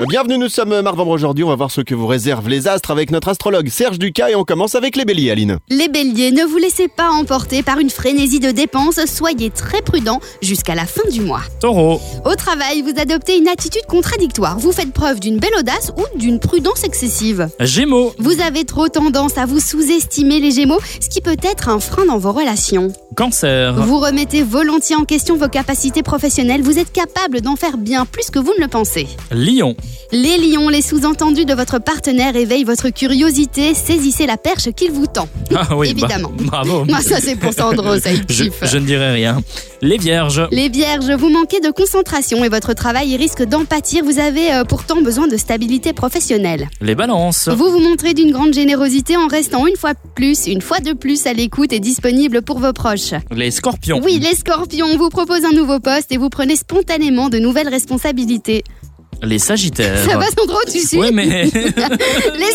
[SPEAKER 1] Bienvenue, nous sommes Marvembre aujourd'hui, on va voir ce que vous réservent les astres avec notre astrologue Serge Ducas et on commence avec les béliers, Aline.
[SPEAKER 3] Les béliers, ne vous laissez pas emporter par une frénésie de dépenses. Soyez très prudents jusqu'à la fin du mois.
[SPEAKER 2] Taureau.
[SPEAKER 3] Au travail, vous adoptez une attitude contradictoire. Vous faites preuve d'une belle audace ou d'une prudence excessive.
[SPEAKER 2] Gémeaux.
[SPEAKER 3] Vous avez trop tendance à vous sous-estimer les Gémeaux, ce qui peut être un frein dans vos relations.
[SPEAKER 2] Cancer.
[SPEAKER 3] Vous remettez volontiers en question vos capacités professionnelles, vous êtes capable d'en faire bien plus que vous ne le pensez.
[SPEAKER 2] Lion.
[SPEAKER 3] Les lions, les sous-entendus de votre partenaire éveillent votre curiosité, saisissez la perche qu'il vous tend.
[SPEAKER 2] Ah oui. bah,
[SPEAKER 3] Évidemment. [LAUGHS]
[SPEAKER 2] bravo.
[SPEAKER 3] Moi ça c'est pour Sandro, ça il
[SPEAKER 2] Je,
[SPEAKER 3] kiffe.
[SPEAKER 2] je ne dirai rien. Les vierges.
[SPEAKER 3] Les vierges, vous manquez de concentration et votre travail risque d'en pâtir, vous avez euh, pourtant besoin de stabilité professionnelle.
[SPEAKER 2] Les balances.
[SPEAKER 3] Vous vous montrez d'une grande générosité en restant une fois plus, une fois de plus à l'écoute et disponible pour vos proches.
[SPEAKER 2] Les scorpions.
[SPEAKER 3] Oui, les scorpions vous proposent un nouveau poste et vous prenez spontanément de nouvelles responsabilités.
[SPEAKER 2] Les sagittaires.
[SPEAKER 3] Ça va Sandro, tu suis
[SPEAKER 2] Eh Ouais, mais [LAUGHS]
[SPEAKER 3] Les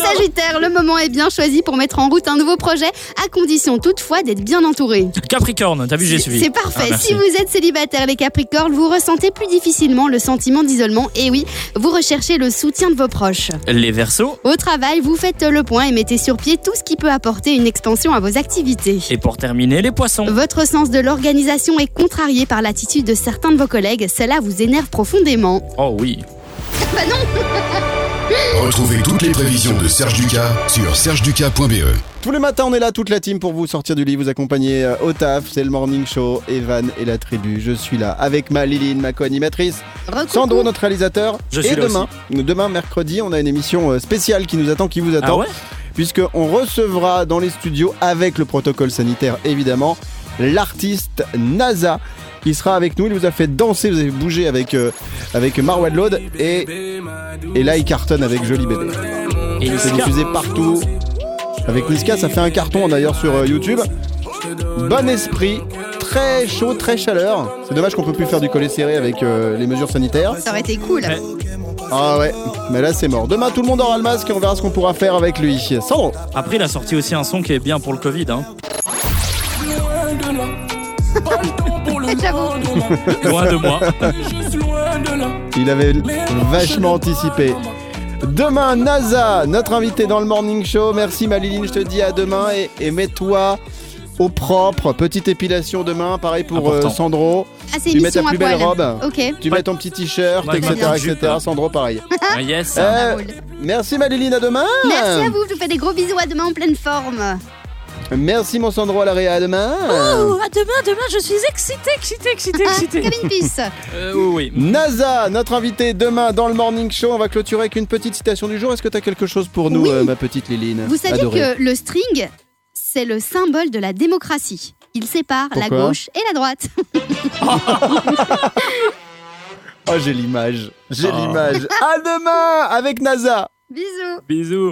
[SPEAKER 3] sagittaires, le moment est bien choisi pour mettre en route un nouveau projet, à condition toutefois d'être bien entouré.
[SPEAKER 2] Capricorne, t'as vu, j'ai suivi.
[SPEAKER 3] C'est
[SPEAKER 2] Ah,
[SPEAKER 3] parfait.
[SPEAKER 2] merci.
[SPEAKER 3] si vous êtes célibataire, les capricornes, vous ressentez plus difficilement le sentiment d'isolement et oui, vous recherchez le soutien de vos proches.
[SPEAKER 2] Les versos.
[SPEAKER 3] Au travail, vous faites le point et mettez sur pied tout ce qui peut apporter une expansion à vos activités.
[SPEAKER 2] Et pour terminer, les poissons.
[SPEAKER 3] Votre sens de l'organisation est contrarié par l'attitude de certains de vos collègues, cela vous énerve profondément.
[SPEAKER 2] Oh oui.
[SPEAKER 9] Retrouvez toutes les prévisions de Serge Ducas E. sur sergeducas.be.
[SPEAKER 1] Tous les matins, on est là, toute la team, pour vous sortir du lit, vous accompagner euh, au taf. C'est le morning show, Evan et la tribu. Je suis là avec ma Liline, ma co-animatrice,
[SPEAKER 3] Recoucou.
[SPEAKER 1] Sandro, notre réalisateur.
[SPEAKER 2] Je
[SPEAKER 1] et
[SPEAKER 2] suis là
[SPEAKER 1] demain, demain, mercredi, on a une émission euh, spéciale qui nous attend, qui vous
[SPEAKER 2] Ah
[SPEAKER 1] attend,
[SPEAKER 2] ouais
[SPEAKER 1] puisqu'on recevra dans les studios, avec le protocole sanitaire évidemment, l'artiste NASA qui sera avec nous. Il vous a fait danser, vous avez bougé avec, euh, avec Marwan Lode et, et là il cartonne avec Joli Bébé.
[SPEAKER 2] Et Niska.
[SPEAKER 1] C'est diffusé partout. Avec Niska, ça fait un carton d'ailleurs sur euh, YouTube. Bon esprit, très chaud, très chaleur. C'est dommage qu'on peut plus faire du collet serré avec euh, les mesures sanitaires.
[SPEAKER 3] Ça aurait été cool.
[SPEAKER 2] Ouais.
[SPEAKER 1] Ah ouais, mais là c'est mort. Demain tout le monde aura le masque et on verra ce qu'on pourra faire avec lui. Sandro
[SPEAKER 2] oh, Après, il a sorti aussi un son qui est bien pour le Covid. Hein.
[SPEAKER 3] J'avoue.
[SPEAKER 2] Loin de moi.
[SPEAKER 1] Il avait vachement anticipé. Demain, NASA, notre invité dans le Morning Show. Merci Maliline, je te dis à demain et, et mets-toi au propre. Petite épilation demain, pareil pour euh,
[SPEAKER 2] Important.
[SPEAKER 1] Sandro.
[SPEAKER 3] Ah, c'est
[SPEAKER 1] Tu mets ta
[SPEAKER 3] émission à
[SPEAKER 1] plus belle
[SPEAKER 3] poil.
[SPEAKER 1] robe.
[SPEAKER 3] Ok.
[SPEAKER 1] Tu mets ton petit t-shirt,
[SPEAKER 2] Ouais,
[SPEAKER 1] etc.,
[SPEAKER 2] ma petite
[SPEAKER 1] etc.
[SPEAKER 2] jupe, là.
[SPEAKER 1] Sandro, pareil.
[SPEAKER 2] Ah, yes.
[SPEAKER 1] Euh,
[SPEAKER 3] drôle.
[SPEAKER 1] merci Maliline, à demain.
[SPEAKER 3] Merci
[SPEAKER 1] Ah.
[SPEAKER 3] à vous, je vous fais des gros bisous à demain en pleine forme.
[SPEAKER 1] Merci mon Sandro, à la réa, à demain.
[SPEAKER 4] Oh, à demain, demain, je suis excitée, excitée, excitée,
[SPEAKER 3] Ah,
[SPEAKER 4] [LAUGHS] excitée.
[SPEAKER 3] [LAUGHS] comme une puce.
[SPEAKER 2] Euh, oui, oui.
[SPEAKER 1] NASA, notre invité demain dans le Morning Show. On va clôturer avec une petite citation du jour. Est-ce que tu as quelque chose pour nous,
[SPEAKER 3] Oui.
[SPEAKER 1] euh, ma petite Liline
[SPEAKER 3] Vous saviez
[SPEAKER 1] Adorée.
[SPEAKER 3] que le string, c'est le symbole de la démocratie. Il sépare la
[SPEAKER 1] Pourquoi
[SPEAKER 3] gauche et la droite.
[SPEAKER 1] Oh, j'ai l'image. J'ai
[SPEAKER 2] Ah. Oh.
[SPEAKER 1] l'image. À demain avec NASA.
[SPEAKER 3] Bisous.
[SPEAKER 2] Bisous.